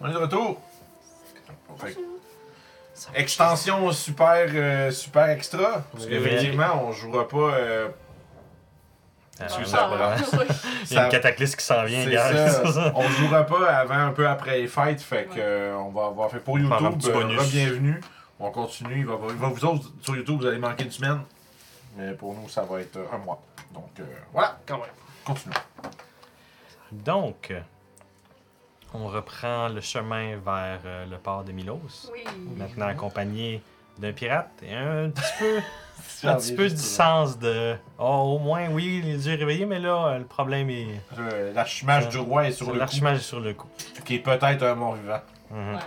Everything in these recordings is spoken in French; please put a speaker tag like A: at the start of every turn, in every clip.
A: On est de retour. Fait que- Extension super, euh, super extra. Parce
B: Oui.
A: qu'effectivement, on jouera pas. euh,
B: Ah,
A: Tu
B: ouais.
A: sais, ça branche.
B: Il y a
A: ça-
B: une cataclysme qui s'en vient,
A: c'est
B: gars. C'est
A: ça.
B: ça.
A: On jouera pas avant, un peu après les fêtes. Fait que
C: Ouais.
A: euh, on va avoir fait pour
B: On va
A: YouTube.
B: faire un petit bonus.
A: re- bienvenue. On continue. Il va, il va- vous autres sur YouTube, vous allez manquer une semaine. Mais pour nous, ça va être euh, un mois. Donc euh, voilà,
D: Quand même.
A: continuons.
B: Donc, on reprend le chemin vers euh, le port de Milos.
C: Oui.
B: Maintenant accompagné d'un pirate et un petit peu, un petit peu du sens de. Oh, au moins, oui, les yeux réveillés, mais là, euh, le problème est.
A: Euh, L'archimage du roi est sur
B: c'est
A: le coup,
B: L'archimage est sur le coup.
A: qui est peut-être un mort vivant.
B: Mhm.
C: Ouais.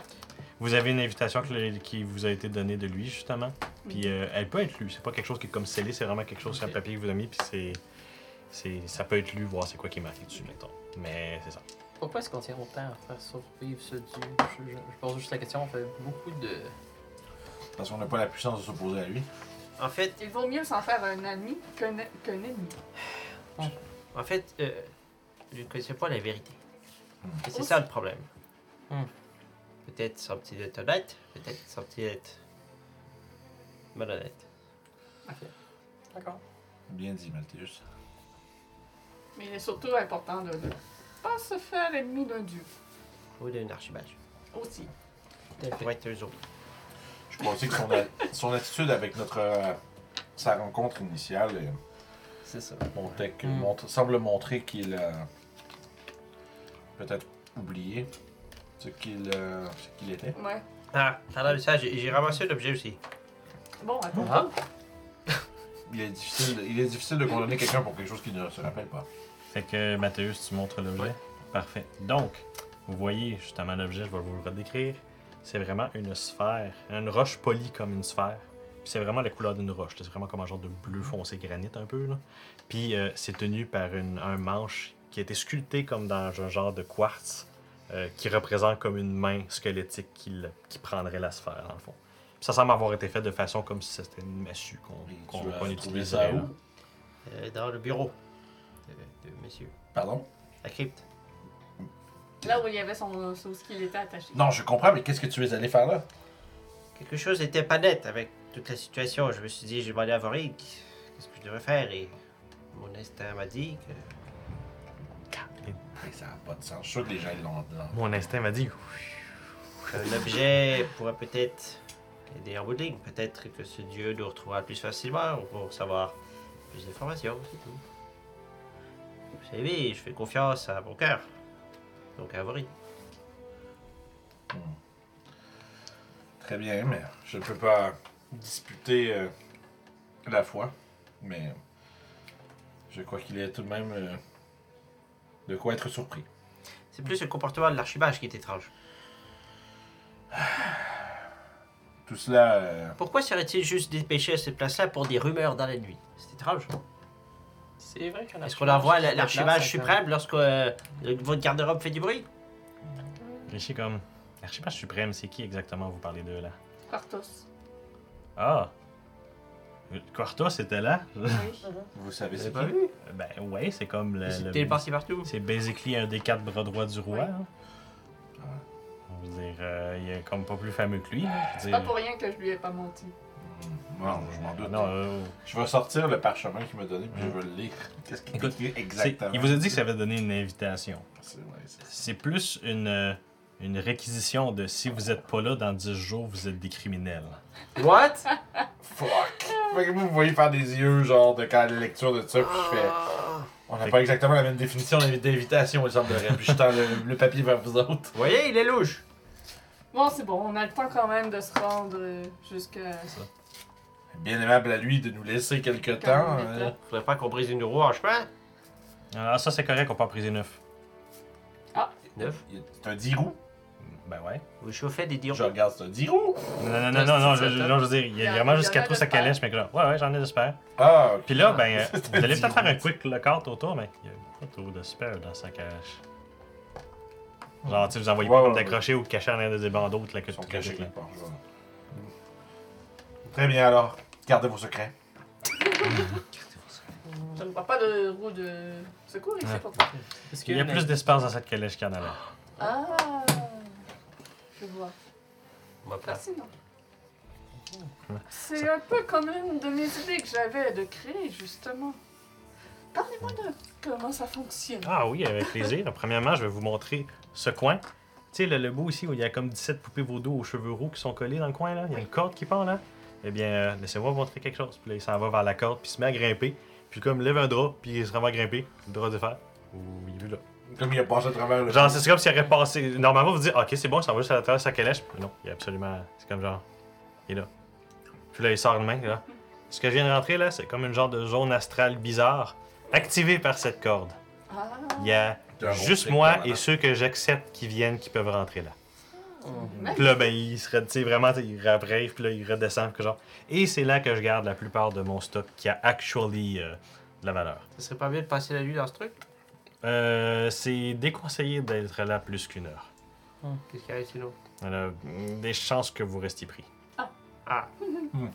B: Vous avez une invitation que le- qui vous a été donnée de lui, justement. Puis euh, elle peut être lue. C'est pas quelque chose qui est comme scellé, c'est vraiment quelque chose sur un
D: Ok.
B: papier que vous a mis. Puis c'est, c'est, ça peut être lu, voir c'est quoi qui est marqué dessus, mettons. Mais c'est ça.
D: Pourquoi est-ce qu'on tient autant à faire survivre ce dieu je, je- je pose juste la question, on fait beaucoup de.
A: Parce qu'on n'a pas la puissance de s'opposer à lui.
E: En fait,
C: Il vaut mieux s'en faire un ami qu'un e-, qu'un ennemi.
E: en fait, euh, je ne connaissais pas la vérité. Et c'est
C: Ouf.
E: ça le problème. Hmm. Peut-être sorti d'être honnête, peut-être sorti d'être malhonnête.
D: D'accord.
A: Bien dit, Malthéus.
C: Mais il est surtout important de ne pas se faire ennemi d'un dieu.
E: Ou d'un archimage.
C: Aussi.
E: Pour être eux autres.
A: Je crois aussi que son, a- son attitude avec notre euh, sa rencontre initiale euh,
E: C'est ça.
A: montait que-
D: Mm.
A: montre- semble montrer qu'il a peut-être oublié ce qu'il euh, ce qu'il était.
C: Ouais.
E: Ah, parlant de ça, j'ai j'ai ramassé un objet aussi.
C: Bon, attends.
D: Ah.
A: Il est difficile, de- il est difficile de condamner quelqu'un pour quelque chose qu'il ne se rappelle pas.
B: Fait que Mathéus, tu montres l'objet. Parfait. Donc, vous voyez justement l'objet, je vais vous le redécrire. C'est vraiment une sphère, une roche polie comme une sphère. Puis c'est vraiment la couleur d'une roche. là. C'est vraiment comme un genre de
A: Mhm.
B: bleu foncé granit un peu. Là. Puis euh, c'est tenu par une- un manche qui a été sculpté comme dans un genre de quartz euh, qui représente comme une main squelettique qui, le- qui prendrait la sphère dans le fond. Puis ça semble avoir été fait de façon comme si c'était une massue
A: Et
B: qu'on-
A: tu
B: qu'on
A: as
B: qu'on
A: trouvé
B: utiliserait.
A: ça où?
B: là.
E: Euh, dans le bureau de, de monsieur.
A: Pardon
E: La crypte.
C: Là où il y avait son, son- ce qu'il était attaché.
A: Non, je comprends, mais qu'est-ce que tu es allé faire là
E: Quelque chose n'était pas net avec toute la situation. Je me suis dit, j'ai demandé à Vorig qu'est-ce que je devrais faire et mon instinct m'a dit que
A: Mais Ben, Ça n'a pas de sens. Je suis sûr que les gens ils l'ont. l'ont-
B: Mon instinct m'a dit
E: Un objet pourrait peut-être aider en bout de ligne. Peut-être que ce dieu nous retrouvera plus facilement ou pour savoir plus d'informations, c'est tout. Vous savez, je fais confiance à mon cœur. Donc à Vori.
A: Très bien, mais je ne peux pas disputer euh, la foi. Mais je crois qu'il est tout de même euh, de quoi être surpris.
E: C'est plus le comportement de l'archimage qui est étrange.
A: Tout cela, euh,
E: Pourquoi serait-il juste dépêché à cette place-là pour des rumeurs dans la nuit C'est étrange.
D: C'est vrai qu'on a.
E: Est-ce qu'on envoie la- l'archimage suprême lorsque euh, le- votre garde-robe fait du bruit
B: Réfléchis comme. L'archimage suprême, c'est qui exactement vous parlez de là
C: Partos.
B: Ah Quarta, c'était là
C: Oui.
A: vous savez
E: Vous
A: c'est
E: avez
A: qui?
E: vu
B: Ben ouais, c'est comme
A: Euh,
B: le.
E: Il s'est
B: le-
E: téléporté partout.
B: C'est basically un des quatre bras droits du roi.
C: Ouais.
B: hein. Je veux dire, euh, il est comme pas plus fameux que lui. là. Je veux
C: Pas
B: dire.
C: pour rien que je lui ai pas menti.
A: Non, je m'en doute.
B: Non, euh,
A: Je vais sortir le parchemin qu'il m'a donné puis je vais le lire. Qu'est-ce qu'il
B: Écoute,
A: écrit
B: c'est-
A: exactement
B: il vous a dit que ça avait donné une invitation.
A: C'est- ouais, c'est-
B: C'est plus une, euh, une réquisition de si vous êtes pas là dans 10 jours, vous êtes des criminels.
E: What
A: Fuck! Fait que vous me voyez faire des yeux, genre, de quand la lecture de ça, puis je fais. On n'a pas exactement la même définition d'invitation, il semblerait. Puis je tends le, le papier vers vous autres.
E: Vous voyez, il est louche.
C: Bon, c'est bon, on a le temps quand même de se rendre euh, jusqu'à.
A: Bien aimable à lui de nous laisser quelque
C: Quelques
A: temps.
C: minutes,
A: euh,
C: là.
E: Faudrait pas qu'on brise une roue en chemin.
B: Ah, ça c'est correct, on peut en priser 9.
E: Neuf.
A: C'est un 10 roues.
B: Ben ouais.
E: Vous chauffez des
A: Je
E: dirons.
A: regarde, c'est un 10 roues.
B: Non, non, non, non, non, je,
D: C'est
B: je-
D: ça.
B: non, je veux dire, il y
C: Il y
B: a
C: en a-
B: vraiment
C: il y
B: juste
C: en a
B: 4 pouces à
C: de faire.
B: calèche, mais là, ouais, ouais, j'en ai j'espère.
A: Ah, ok.
B: Puis là, ben, euh,
A: C'est
B: vous allez peut-être faire un
A: idiot.
B: quick le cart autour, mais il y a pas trop de spare dans sa calèche. Genre, tu sais, vous envoyez
A: Ouais,
B: pas
A: ouais,
B: comme
A: ouais.
B: décrocher ou cacher en l'air des bandeaux, toute la queue
A: Ils
B: de
A: sont
B: toute
A: cachés
B: la là.
A: quelque part, je vois. Très bien alors. Gardez vos secrets.
C: Je ne vois pas de roue de secours ici
B: Ouais.
C: pour toi.
D: Est-ce
B: Il y a plus d'espace dans cette calèche qu'il y en a là.
C: Ah! je vois.
E: Ma place.
C: Fascinant. C'est un peu comme une de mes idées que j'avais de créer, justement. Parlez-moi de comment ça fonctionne.
B: Ah oui, avec plaisir. Premièrement, je vais vous montrer ce coin. Tu sais, le, le bout ici où il y a comme 17 poupées vaudou aux cheveux roux qui sont collés dans le coin, là. Il y a une corde qui part, là. Eh bien, euh, laissez-moi vous montrer quelque chose. Puis là, il s'en va vers la corde, puis il se met à grimper. Puis comme, lève un drap, puis il se remet à grimper. Le drap de fer. Ouh, il est vu là.
A: Comme il a passé à travers le.
B: Genre, c'est comme s'il aurait passé. Normalement, vous dites, OK, c'est bon, ça va juste à la travers de sa calèche. Mais non, il est absolument. C'est comme genre. Il est là. Puis là, il sort le main, là. Ce que je viens de rentrer, là, c'est comme une genre de zone astrale bizarre, activée par cette corde.
C: Ah,
B: Il y a
A: C'est un
B: juste
A: bon
B: moi
A: truc,
B: et
A: là,
B: ceux que j'accepte qui viennent qui peuvent rentrer là.
C: mais-
B: Puis là, ben, il serait, tu sais, vraiment, tu sais, il rabrève, puis là, il redescend, puis genre. Et c'est là que je garde la plupart de mon stock qui a actually euh, de la valeur.
D: Ça serait pas mieux de passer la nuit dans ce truc
B: Euh, c'est déconseillé d'être là plus qu'une heure.
F: Hmm.
D: Qu'est-ce qu'il y a ici, nous
B: On a des chances que vous restiez pris.
D: Ah
A: Hmm.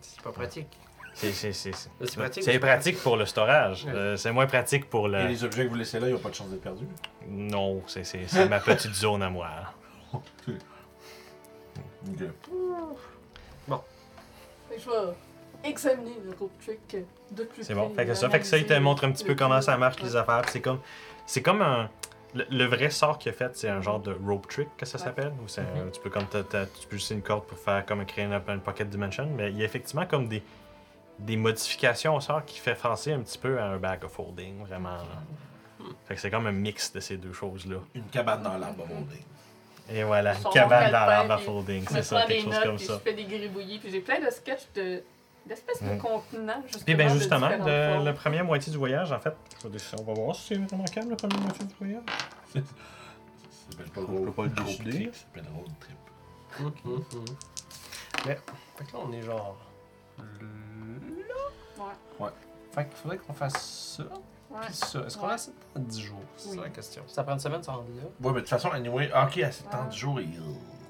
D: C'est pas pratique.
B: C'est c'est- c'est- c'est-
D: C'est pratique.
B: Bah, c'est pratique pour le storage.
D: Ouais.
B: euh, c'est moins pratique pour
A: Et
B: le.
A: les objets que vous laissez là, ils n'ont pas de chance d'être perdus.
B: Non, c'est- c'est c'est ma petite zone à moi. hein.
A: Ok.
C: Je vais examiner le rope trick de plus
B: C'est bon.
C: près,
B: Fait que ça, fait que ça, il te
C: analyser
B: montre un petit
C: le
B: peu comment ça marche
C: truc.
B: les affaires. puis C'est comme, c'est comme un. Le, le vrai sort qu'il a fait, c'est un genre de rope trick que ça
C: Ouais. Mhm.
B: s'appelle. Ou c'est un petit peu comme t'as- t'as- tu peux juste une corde pour faire comme créer une, une pocket dimension. Mais il y a effectivement comme des, des modifications au sort qui fait penser un petit peu à un bag of folding, vraiment. là.
C: Mhm.
B: Fait que c'est comme un mix de ces deux choses-là.
A: Une cabane dans l'arbre à monter.
B: Et voilà,
C: Son
B: une cabane
C: calepin,
B: dans l'arbre à
C: hein, puis
B: folding,
C: Je me
B: c'est ça,
C: prends des
B: quelque chose
C: notes,
B: comme
C: puis
B: ça.
C: Je fais des gribouillis, puis j'ai plein de sketchs de d'espèces de
B: Mm.
C: contenants justement.
B: Puis ben
C: de
B: justement,
C: différentes
B: le,
C: formes.
B: la première moitié du voyage, en fait, on va voir si c'est remarquable la première moitié du voyage.
A: Ça s'appelle pas
B: On peut
A: road-
B: pas le
A: road
B: décider.
A: trip, Ça s'appelle road trip.
E: Hum, hum, hum.
D: Mm-hmm.
E: Mais, fait que là, on est genre.
D: Fait qu'il faudrait qu'on fasse ça.
C: Ouais.
E: Puis ça, est-ce qu'on
C: Ouais.
E: a assez de temps 10 jours C'est
C: Oui.
E: ça la question.
D: Ça prend une semaine, ça rendre là.
A: Ouais, mais de toute façon, anyway, ok, à 7 ans de jour, il.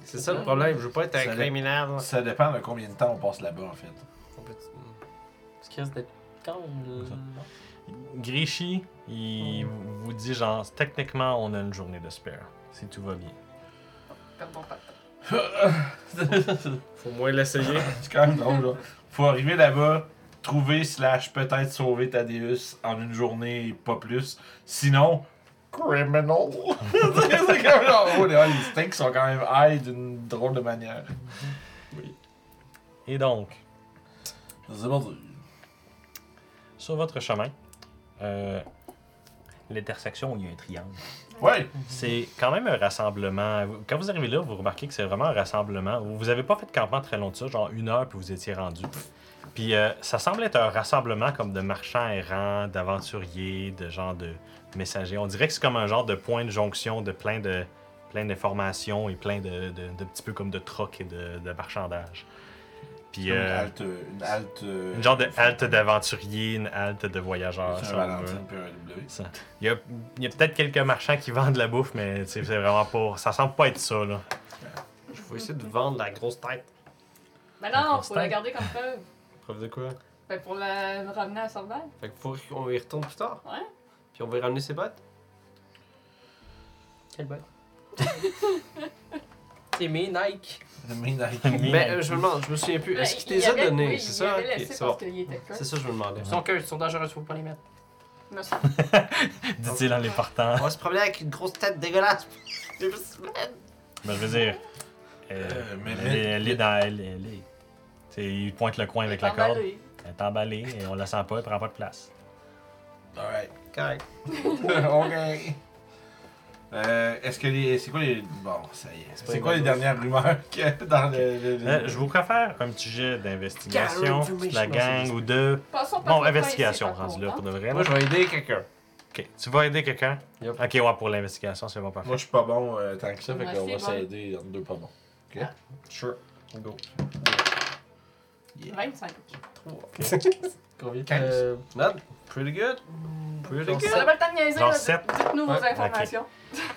E: C'est ça le problème, je veux pas être
A: Ça
E: un
A: dé-
E: criminel.
A: Ça dépend de combien de temps on passe là-bas, en fait.
E: On peut- hum.
D: Parce qu'il risque d'être quand même. long.
B: Grichy, il
D: Mm.
B: vous dit genre, techniquement, on a une journée de spare, si tout va bien.
C: Perdons pas de temps.
E: Faut au moins l'essayer.
A: C'est quand même drôle, là. Faut arriver là-bas, trouver slash peut-être sauver Tadeus en une journée, pas plus. Sinon, criminal. c'est comme genre, oh, les les stakes sont quand même high d'une drôle de manière.
B: Et donc,
A: C'est bon,
B: sur votre chemin, euh, l'intersection où il y a un triangle.
A: Ouais,
B: C'est quand même un rassemblement. Quand vous arrivez là, vous remarquez que c'est vraiment un rassemblement. Vous vous avez pas fait de campement très long de ça, genre une heure, puis vous étiez rendu. Puis euh, ça semble être un rassemblement comme de marchands errants, d'aventuriers, de gens de messagers. On dirait que c'est comme un genre de point de jonction de plein de plein d'informations et plein de, de, de petits peu comme de troc et de, de marchandage. Puis
A: une
B: euh,
A: halte. Une halte. euh,
B: une genre de Ah, halte d'aventuriers, une halte de voyageurs.
A: C'est
B: si
A: un
B: on veut.
A: Valentine puis un W.
B: Ça. Il y a, il y a peut-être quelques marchands qui vendent de la bouffe, mais tu sais, c'est vraiment pas. Ça semble pas être ça, là.
E: Je vais essayer de vendre la grosse tête.
C: Mais
B: Un
C: non, faut
B: constat.
C: la garder comme preuve.
E: Preuve de quoi
C: Ben, pour la ramener à Sorval.
E: Fait que faut qu'on y retourne plus tard.
C: Ouais.
E: Puis on va y ramener ses bottes.
D: Quelle bonne. C'est mes Nike.
A: Midnight.
B: Mais-
E: Mais euh, je me demande, je me souviens plus.
C: Ben,
E: Est-ce qu'il te
C: il
E: les a
C: avait-
E: donnés
C: oui,
E: C'est
C: il
E: ça
C: avait
E: Ok,
C: laissé
E: c'est
C: parce
E: bon.
C: qu'il était cuir.
E: C'est ça que je me demandais.
D: Ils sont que, ils sont dangereux, faut pas les mettre.
C: Me semble.
B: Dit-il en les portant.
E: On va se promener avec une grosse tête dégueulasse. Deux semaines.
B: Ben, je veux dire. euh,
A: Euh, mais-
B: elle, est- elle est dans. Elle, elle est. tu sais, il pointe le coin avec la corde.
C: Emballé.
B: Elle est emballée et on la sent pas, elle prend pas de place.
A: Alright.
E: Correct.
A: ok. Euh, est-ce que les. C'est quoi les. Bon, ça y est.
E: pas
A: C'est
E: une
A: quoi les
E: bonne
A: dernières rumeurs qu'il y a dans le. le- le-
B: Euh, je vous préfère un petit jet d'investigation,
E: Gather
B: de la
E: information,
B: gang
E: c'est
B: ou de.
C: Passons par
B: Non,
C: le coin
B: investigation,
C: ici, par
B: rendu là,
C: contre,
B: pour de vrai. là.
E: Moi, je vais aider quelqu'un.
B: Ok, tu vas aider quelqu'un
E: Yep.
B: Ok, ouais, pour l'investigation, c'est bon, parfait.
A: Moi, je suis pas bon euh, tant que ça, fait
C: Moi, Ah.
A: qu'on
C: c'est
A: va
C: bon.
A: s'aider, on est deux pas bons.
E: Sure. Go.
C: hein. 25.
E: Combien
A: Quinze.
E: Euh, Not pretty good.
B: Mm,
E: Pretty
D: Genre
E: good.
C: On a pas le temps de niaiser.
B: Genre
C: là,
B: sept.
C: Dites-nous
E: Ouais,
C: vos
E: ok.
C: informations.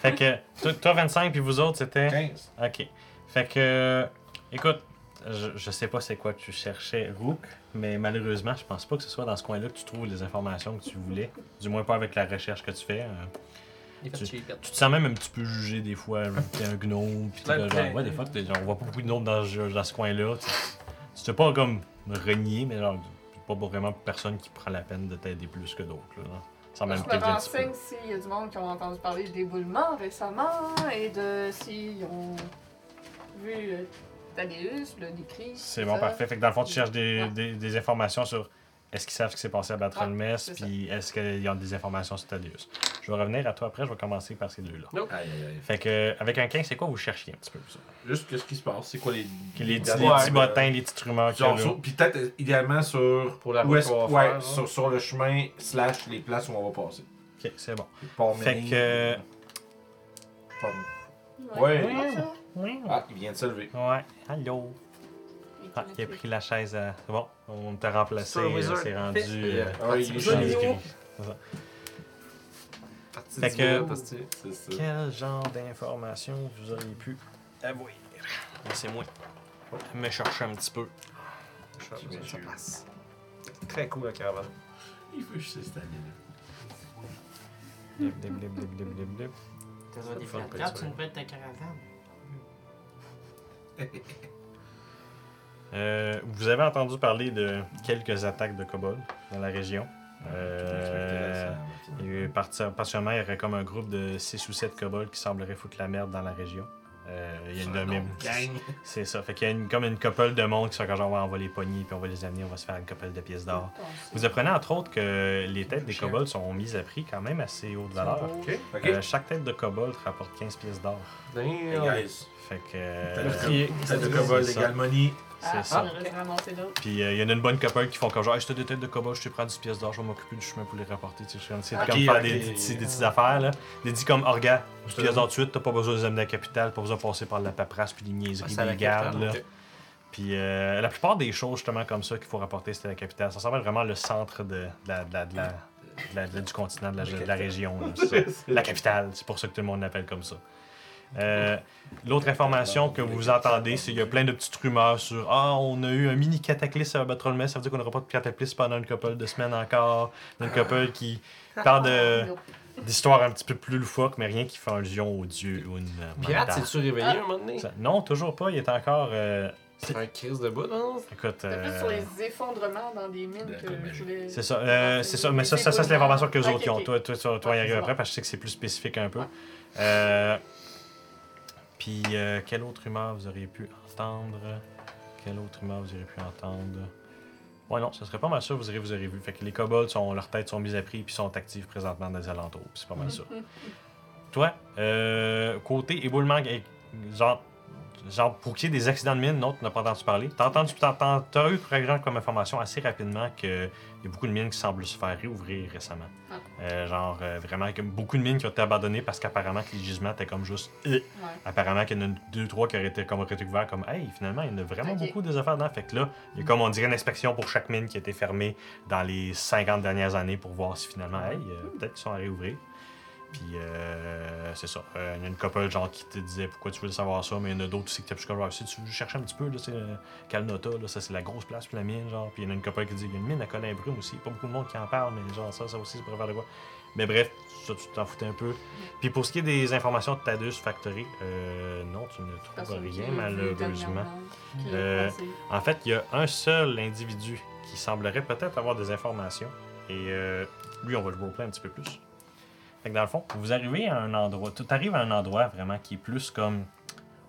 B: Fait que, toi- toi 25 puis vous autres, c'était.
A: 15.
B: Ok. Fait que, euh, écoute, je, je sais pas c'est quoi que tu cherchais, Rook, mais malheureusement, je pense pas que ce soit dans ce coin-là que tu trouves les informations que tu voulais. Du moins pas avec la recherche que tu fais. euh.
D: Il est fait
B: Tu-
D: cheap.
B: Tu te sens même un petit peu jugé des fois, vu que t'es un gnome, pis t'es
D: Ouais,
B: là, genre,
D: ben-
B: ouais, des fois, t'es genre, on voit pas beaucoup de gnomes dans, ce- dans ce coin-là. tu sais. Tu t'es pas comme renié, mais genre, c'est pas vraiment personne qui prend la peine de t'aider plus que d'autres, là. genre. Sans
C: Je
B: même
C: me
B: t'aider un petit peu.
C: renseigne s'il y a du monde qui ont entendu parler d'éboulement récemment et de s'ils ont vu euh, Thaddeus, le décrit.
B: C'est
C: tout
B: bon,
C: ça.
B: parfait. Fait que dans le fond, tu cherches des,
C: Ouais.
B: des- des informations sur est-ce qu'ils savent ce qui s'est passé à Battle
C: Ouais,
B: Mess,
C: c'est ça.
B: puis est-ce qu'ils ont des informations sur Thaddeus. Je vais revenir à toi après, je vais commencer par ces deux-là.
A: Aïe, aïe, aïe.
B: Fait que, euh, avec un 15, c'est quoi vous cherchiez un petit peu ça?
A: Juste qu'est-ce qui se passe, c'est quoi les.
B: Que Les, petits-
A: derniers-
B: les petits
E: ben,
A: euh,
B: bottins, les petites rumeurs qu'il y a
A: Genre,
B: là.
A: sur- puis peut-être euh, idéalement sur.
D: Pour la
A: où
D: route
A: est-ce-
D: qu'on va
A: ouais,
D: faire, là.
A: sur, sur le chemin, slash les places où on va passer.
B: Ok, c'est bon.
A: Port
B: Fait
A: Mélin,
B: que.
A: Port- Ouais.
C: c'est ça.
B: Ouais.
A: Ah, il vient de se lever.
B: euh, Ouais. Allô? Ah, il a pris la chaise à. C'est bon, on t'a remplacé,
E: C'est un
B: euh,
E: wizard.
B: c'est rendu.
A: Yeah.
B: euh,
A: Ah, il est
B: Jean
A: chaud.
B: Mignot.
E: Partie
B: Fait
E: du
B: que-
E: monde, parce que-
A: C'est ça.
B: Quel genre d'informations vous auriez pu avouer? Laissez-moi me chercher un petit peu.
E: Je vais mettre ça sur place. Très cool la caravane.
A: Il faut juste s'installer là.
B: Blip, blip, blip, blip, blip, blip, blip.
F: T'as droit des
A: Faut le
F: flat caps,
A: peinturer.
F: c'est une bête de caravane.
B: Euh, vous avez entendu parler de quelques attaques de kobolds dans la région. Euh, Il y a eu parti- particulièrement, il y aurait comme un groupe de 6 ou 7 kobolds qui semblerait foutre la merde dans la région. Euh, il y a une de même.
A: Gang.
B: C'est ça. Fait qu'il y a une- comme une couple de monde qui sont comme genre, Ouais, on va les pogner, puis on va les amener, on va se faire une couple de pièces d'or. Vous apprenez entre autres que les têtes des kobolds sont mises à prix quand même assez haute valeur.
D: Oh.
E: Ok.
A: Ok.
B: Euh, chaque tête de kobold rapporte 15 pièces d'or.
A: Hey guys.
B: Fait que. euh,
A: T'as le T'as de cobalt,
B: c'est
A: les
B: ça.
A: gars, le money.
C: Ah,
B: c'est ça.
C: Je vais ramasser l'autre.
B: Puis euh, il y en a une bonne couple qui font comme genre, hey, je te des têtes de kobold, je te prends 10 pièces d'or, je vais m'occuper du chemin pour les rapporter. Tu sais, c'est comme- c'est
A: Ok,
B: comme faire
A: ok.
B: des, des petits- des petites affaires là. Des dits comme orga, 10 pièces d'or de suite, t'as pas besoin de les amener à la capitale, pas besoin de passer par la paperasse puis les niaiseries
D: Ah, c'est à la
B: des gardes
D: capitale,
B: là. Puis euh, la plupart des choses justement comme ça qu'il faut rapporter, c'était la capitale. Ça semble vraiment le centre de, de la- de la- de la- de la- de la- du continent, de la, de la région. là, c'est ça. la capitale, c'est pour ça que tout le monde l'appelle comme ça. Euh, L'autre information que vous entendez, c'est qu'il y a plein de petites rumeurs sur Ah, on a eu un mini cataclysme à Battle Mess, ça veut dire qu'on n'aura pas de cataclysme pendant une couple de semaines encore. Une couple qui
C: Ah,
B: parle de- d'histoires un petit peu plus loufoques, mais rien qui fait allusion aux dieux ou une. euh,
D: Pirate,
B: mentale.
D: c'est-tu réveillé
C: Ah.
D: un moment donné?
B: Ça- Non, toujours pas, il est encore. euh,
D: C'est un crise de bout, non?
B: écoute.
C: C'est plus
B: euh,
C: sur les effondrements dans des mines
A: de
C: que
A: comme
C: je voulais.
B: C'est ça, euh, c'est ça, mais ça, ça, ça, c'est l'information que les autres qui ont. Toi, toi, toi, toi, y
C: hein. Ok,
B: arrives
C: c'est
B: après
C: bon.
B: parce que je sais que c'est plus spécifique un peu. Euh, Puis, euh, quelle autre humeur vous auriez pu entendre Quelle autre humeur vous auriez pu entendre Ouais, non, ce serait pas mal ça, vous auriez, vous auriez vu. Fait que les kobolds, sont, leurs têtes sont mises à prix puis sont actives présentement dans les alentours. puis C'est pas mal ça. Toi, euh, côté éboulement, et- genre, genre pour qu'il y ait des accidents de mine, non, tu n'as pas entendu parler. T'as entendu, t'entends- t'as eu par exemple comme information assez rapidement que il y a beaucoup de mines qui semblent se faire réouvrir récemment.
C: Ah.
B: Euh, genre, euh, vraiment, que beaucoup de mines qui ont été abandonnées parce qu'apparemment que les gisements étaient comme juste. Euh.
C: Ouais.
B: Apparemment qu'il y en a une- deux, trois qui auraient été comme auraient été ouverts comme Hey, finalement, il y en a vraiment
C: Ok.
B: beaucoup des affaires dedans. Fait que là, il y a comme on dirait une inspection pour chaque mine qui a été fermée dans les 50 dernières années pour voir si finalement, hey, euh, peut-être qu'ils sont à réouvrir. Puis, euh, c'est ça. Euh, Il y a une couple, genre, qui te disait pourquoi tu voulais savoir ça, mais il y en a d'autres aussi qui t'ont comme genre, si tu veux chercher un petit peu, là, c'est euh, Calnota, là, ça, c'est la grosse place, puis la mine, genre. Puis, il y en a une couple qui dit, il y a une mine à Colimbrum aussi. Pas beaucoup de monde qui en parle, mais genre, ça, ça aussi, c'est pour faire de quoi. Mais bref, ça, tu t'en foutais un peu. Puis, pour ce qui est des informations de Tadus Factory, euh, non, tu ne trouves
C: Personne qui
B: rien,
C: l'a vu
B: malheureusement.
C: dernièrement, qui est
B: Euh,
C: passé.
B: En fait, il y a un seul individu qui semblerait peut-être avoir des informations. Et euh, lui, on va le roleplay un petit peu plus. Fait que dans le fond, vous arrivez à un endroit, tu arrives à un endroit vraiment qui est plus comme.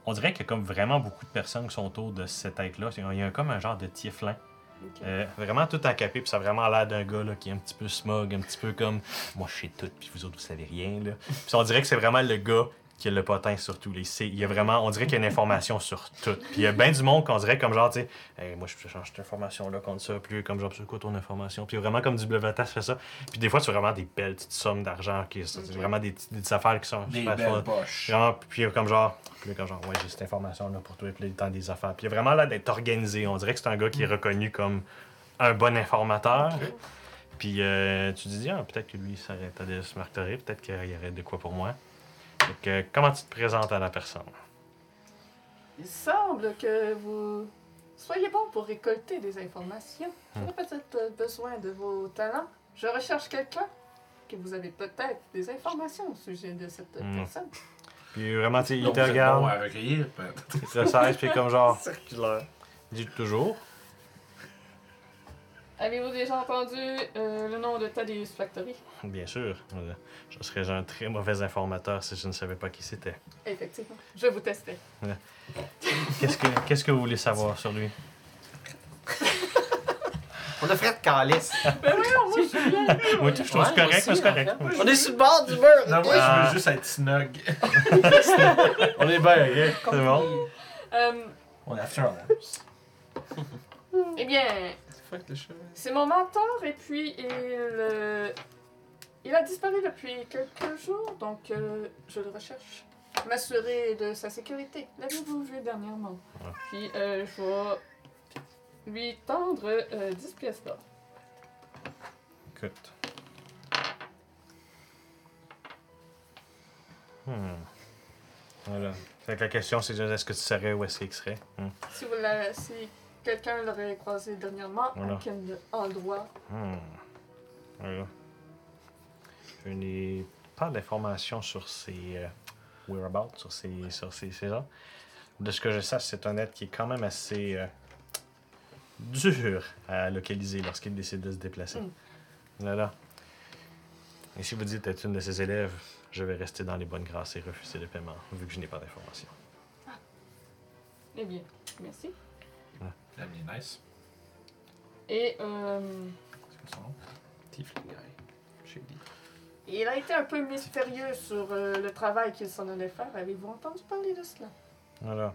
B: On dirait qu'il y a comme vraiment beaucoup de personnes qui sont autour de cette tête-là. Il y a comme un genre de tieflin.
C: Ok.
B: Euh, vraiment tout encapé, puis ça a vraiment l'air d'un gars là, qui est un petit peu smug, un petit peu comme moi je sais tout, puis vous autres vous savez rien. Là. Puis on dirait que c'est vraiment le gars qui a le potin sur tous les C. Il y a vraiment, on dirait qu'il y a une information sur tout. Puis il y a bien du monde qu'on dirait comme genre, tu sais, Hey, moi je change cette information là contre ça, puis lui, comme genre, c'est quoi ton information, puis vraiment comme du bleuvatas fait ça. Puis des fois, c'est vraiment des belles petites sommes d'argent, qui c'est
C: Ok.
B: vraiment des, petites- des petites affaires qui sont
A: Des
B: super fun.
A: belles poches.
B: Genre, puis il y a comme genre, puis là, comme genre, ouais, j'ai cette information-là pour toi, puis là, il tend des affaires. Puis il a vraiment l'air d'être organisé. On dirait que c'est un gars qui est reconnu comme un bon informateur. Puis euh, tu te dis, ah, peut-être que lui, ça aurait- t'as des marqueries, peut-être qu'il y aurait de quoi pour moi. Fait que, comment tu te présentes à la personne?
C: Il semble que vous soyez bon pour récolter des informations. J'aurais peut-être euh, besoin de vos talents. Je recherche quelqu'un que vous avez peut-être des informations au sujet de cette
B: Hmm.
C: personne.
B: Puis vraiment, tu sais, il
A: Donc,
B: te
A: vous êtes bon
B: regarde,
A: à recueillir, peut-
B: il te ressasse, puis comme genre,
E: Circulaire.
B: dis toujours.
C: Avez-vous déjà entendu euh, le nom de Thaddeus Factory?
B: Bien sûr, euh, je serais un très mauvais informateur si je ne savais pas qui c'était.
C: Effectivement. Je vous testais.
B: Qu'est-ce que, qu'est-ce que vous voulez savoir sur lui
E: On a fait de calice.
C: Ben moi, je suis là.
B: Moi, tout, je trouve
D: Ouais,
B: ça correct,
D: moi
B: mais
D: aussi,
B: c'est correct.
D: en
E: On est sur le bord du
D: Euh,
E: mur.
A: Non, moi, je
B: Ah.
A: veux juste être snug.
E: On est bien, ok?
B: C'est bon.
C: Euh,
A: On a fait un
C: eh bien,
E: Fuck le cheval.
C: c'est mon mentor et puis il... euh, il a disparu depuis quelques jours, donc euh, je le recherche. M'assurer de sa sécurité. L'avez-vous vu dernièrement?
B: Ouais.
C: Puis euh, je vais lui tendre euh, 10 pièces d'or.
B: Écoute. Hmm. Voilà. Fait que la question, c'est juste, est-ce que tu saurais où est-ce qu'il serait Hmm.
C: Si, vous la- si quelqu'un l'aurait croisé dernièrement,
B: Voilà.
C: à quel endroit
B: Hmm. Voilà. Je n'ai pas d'informations sur ses euh, whereabouts, sur ses, sur ses, ses gens. De ce que je sache, c'est un être qui est quand même assez euh, dur à localiser lorsqu'il décide de se déplacer.
C: Mm.
B: Voilà. Et si vous dites être une de ses élèves, je vais rester dans les bonnes grâces et refuser le paiement, vu que je n'ai pas d'informations.
C: Eh bien, merci.
A: nice.
C: Et euh,
A: C'est quoi son nom?
E: Tiefling guy. Shady.
C: il a été un peu mystérieux sur euh, le travail qu'il s'en allait faire. Avez-vous entendu parler de cela?
B: Voilà.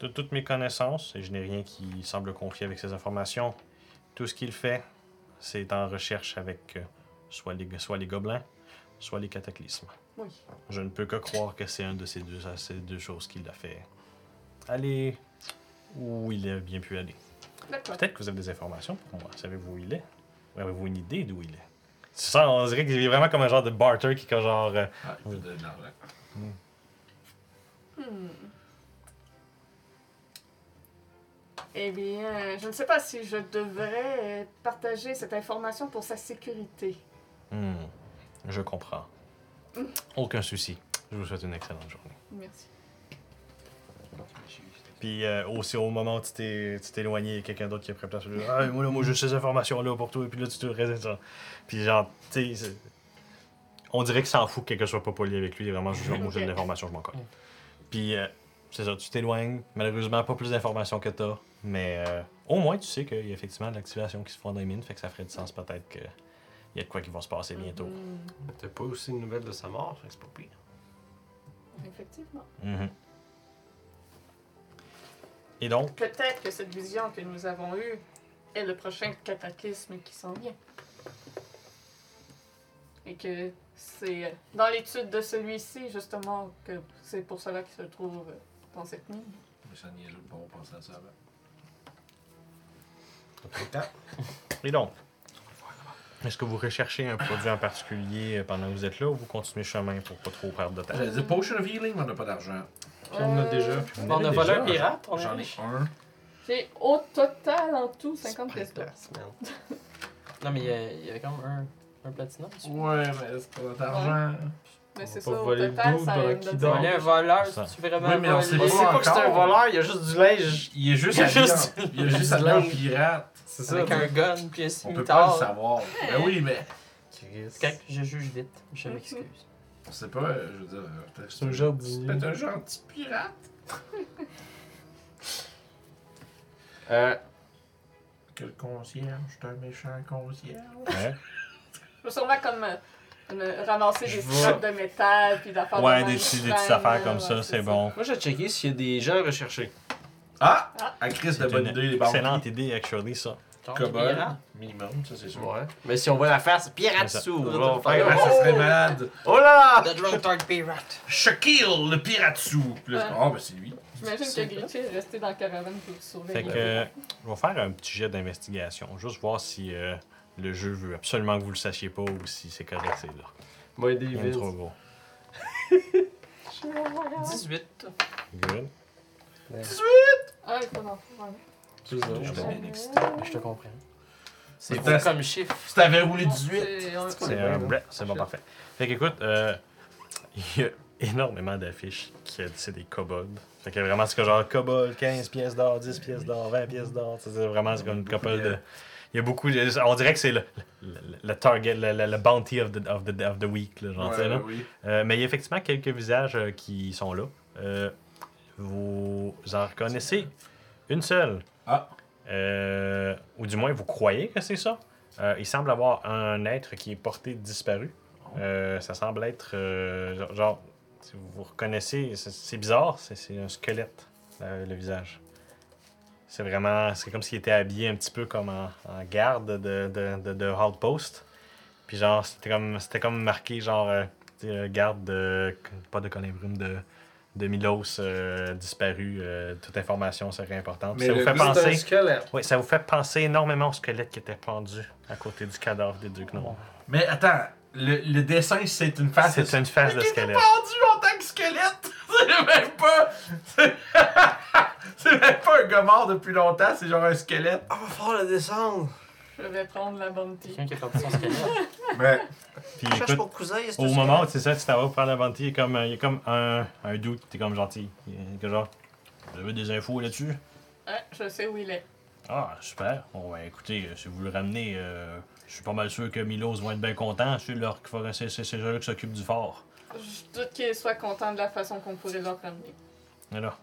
B: De toutes mes connaissances, et je n'ai rien qui semble confier avec ces informations, tout ce qu'il fait, c'est en recherche avec euh, soit, les, soit les gobelins, soit les cataclysmes.
C: Oui.
B: Je ne peux que croire que c'est un de ces deux, ces deux choses qu'il a fait. Allez où il a bien pu aller.
C: D'accord.
B: Peut-être que vous avez des informations pour moi. Savez-vous où il est Ou Avez-vous une idée d'où il est C'est ça, on dirait qu'il est vraiment comme un genre de barter qui, comme genre. euh,
A: Ah, il veut donner de l'argent.
C: Hmm. Eh bien, je ne sais pas si je devrais euh, partager cette information pour sa sécurité.
B: Hmm, je comprends. Aucun souci. Je vous souhaite une excellente journée.
C: Merci.
B: Puis euh, aussi au moment où tu t'es tu t'es éloigné, il y a quelqu'un d'autre qui a pris place. Ah, moi, là, moi, j'ai ces informations-là pour toi, et puis là, tu te résistes ça. Puis genre, tu sais, c'est- on dirait qu'il s'en fout que quelqu'un soit pas poli avec lui. Il est vraiment juste, genre, moi, j'ai de l'information, je m'en colle. Puis euh, c'est ça, tu t'éloignes. Malheureusement, pas plus d'informations que t'as. Mais euh, au moins, tu sais qu'il y a effectivement de l'activation qui se font dans les mines, fait que ça ferait du sens peut-être qu'il y a de quoi qui va se passer bientôt.
C: Mhm.
E: Mm. T'as pas aussi une nouvelle de sa mort, fait que c'est pas pire.
C: Effectivement.
B: Mhm. Et donc,
C: Peut-être que cette vision que nous avons eue est le prochain cataclysme qui s'en vient. Et que c'est euh, dans l'étude de celui-ci, justement, que c'est pour cela qu'il se trouve euh, dans cette mine.
A: Mais ça n'y est pas, on pense à ça avant.
B: Et donc, est-ce que vous recherchez un produit en particulier pendant que vous êtes là ou vous continuez chemin pour pas trop perdre de temps?
A: J'allais dire potion of healing, mais on n'a pas d'argent.
E: Puis on en a
C: Euh,
E: déjà.
B: Vous en
D: On
B: avez
D: a
B: déjà?
D: volé un pirate, on
A: J'en
D: a
A: ai un.
C: J'ai au total en tout 50
E: Sprite
C: pièces d'or.
E: glass, man.
D: Non, mais il y a- il y, avait quand même un, un platinum. tu
A: Ouais, mais c'est pas notre argent.
C: Mais
E: On
C: c'est
E: va
C: ça,
E: pas
C: au
E: voler le
C: total,
E: double
C: ça
E: dans
C: me
E: le
C: donne
E: kidon.
D: Voler un voleur,
B: Ça.
D: c'est vraiment
A: Oui, mais on sait
E: Il
D: volé?
E: sait pas que c'est un
A: Encore.
E: voleur, il y a juste du linge.
A: Il est juste
E: Il est
A: habillé
E: juste-
A: en- Il est juste habillé en pirate.
E: C'est
D: Avec un gun puis un
A: On peut pas
D: scimitar.
A: le savoir. Ben oui, mais.
D: C'est correct, je juge vite. Je m'excuse.
A: On sait pas, euh, je veux dire. euh, peut-être
E: C'est un jardinier.
A: C'est un gentil pirate.
E: Euh,
A: Quel concierge, je suis un méchant concierge.
B: Ouais,
C: Je vais sûrement comme euh, me ramasser
E: Je
C: des
E: vois.
C: scraps de métal puis d'affaires
B: ouais
C: de
B: des,
C: même
B: petits-
C: qui
B: des petites
C: traînent,
B: affaires
C: ouais,
B: comme ça, c'est bon.
E: moi, j'ai checké s'il y a des gens recherchés.
A: Ah!
C: Ah.
A: À Chris,
B: C'est
A: de bonne
B: une
A: idée, les barres.
B: excellente idée, actually, ça.
D: Genre,
A: Cobol,
D: pirate.
A: minimum, ça c'est sûr.
E: Ouais. Mais si on voit la face, pirate
B: Ça-
E: sous. on
D: Ça-
E: va faire
A: Ah,
E: comme-
A: ça serait malade!
E: Oh là là
D: The Drunkard Pirate.
A: Shaquille, le pirate sous! Puis là,
C: Ouais.
A: Ah, ben c'est lui.
C: J'imagine que Glitch est resté dans la caravane pour le
B: Fait
C: surveiller.
B: que euh, je vais faire un petit jet d'investigation, juste voir si euh, le jeu veut absolument que vous le sachiez pas ou si c'est correct, c'est là.
E: Moi, des
B: Rien de trop gros.
D: 18.
B: Good.
C: Ah, il faut en faire.
A: Je
E: Je
A: donne un extra.
D: Je te comprends. C'est
A: C'est
D: gros
A: un-
D: comme chiffre.
A: Si t'avais roulé
D: C'est
A: 18,
B: C'est un bla- c'est bon, parfait. Fait qu'écoute, euh, il y a énormément d'affiches qui euh, c'est des kobolds. Fait que vraiment, c'est que genre kobold, 15 pièces d'or, 10 pièces d'or, 20 pièces d'or. C'est c'est vraiment c'est comme une couple de. Il y a beaucoup. de- On dirait que c'est le, le, le- le target, le, le- le bounty of the, of the, of the week. Là, genre, tu sais,
A: Ouais,
B: là.
A: oui.
B: Euh, mais il y a effectivement quelques visages euh, qui sont là. Euh, vous en reconnaissez une seule.
A: Ah.
B: Euh, ou du moins, vous croyez que c'est ça. Euh, il semble avoir un être qui est porté disparu. Euh, ça semble être. euh, genre- genre, si vous vous reconnaissez, c'est- c'est bizarre, c'est- c'est un squelette, euh, le visage. C'est vraiment. C'est comme s'il était habillé un petit peu comme en, en garde de, de, de, de Outpost. Puis genre, c'était comme, c'était comme marqué genre. euh, tu sais, euh, garde de. Pas de Colimbrum, de. De Milos euh, disparu, euh, toute information serait importante.
A: Mais
B: ça
A: le
B: vous fait
A: goût d'un
B: penser.
D: squelette.
B: Oui, ça vous fait penser énormément au squelette qui était pendu à côté du cadavre des deux gnomes.
A: Mais attends, le, le dessin, c'est une face.
B: C'est une face de
A: Mais t'es
B: squelette.
A: pendu en tant que squelette! C'est même pas. C'est c'est même pas un gars mort depuis longtemps, c'est genre un squelette.
E: On va faire la descendre.
C: Je vais prendre la bounty.
D: Quelqu'un qui a perdu son squelette.
A: Ouais.
B: Puis
E: Je cherche
B: écoute,
E: mon cousin. est-ce que
B: au
E: c'est-
B: moment où c'est ça, tu t'en vas pour prendre la bounty, il y a comme, il y a comme un, un doute qui est comme gentil. Il y a que genre, vous avez des infos là-dessus?
C: Ah, je sais où il est.
B: Ah, super. Bon, ben, écoutez, euh, si vous le ramenez, euh, je suis pas mal sûr que Milos va être bien content. C'est leur- c'est c'est- c'est eux qui s'occupent du fort.
C: Je doute qu'il soit content de la façon qu'on pourrait leur ramener.
B: Alors,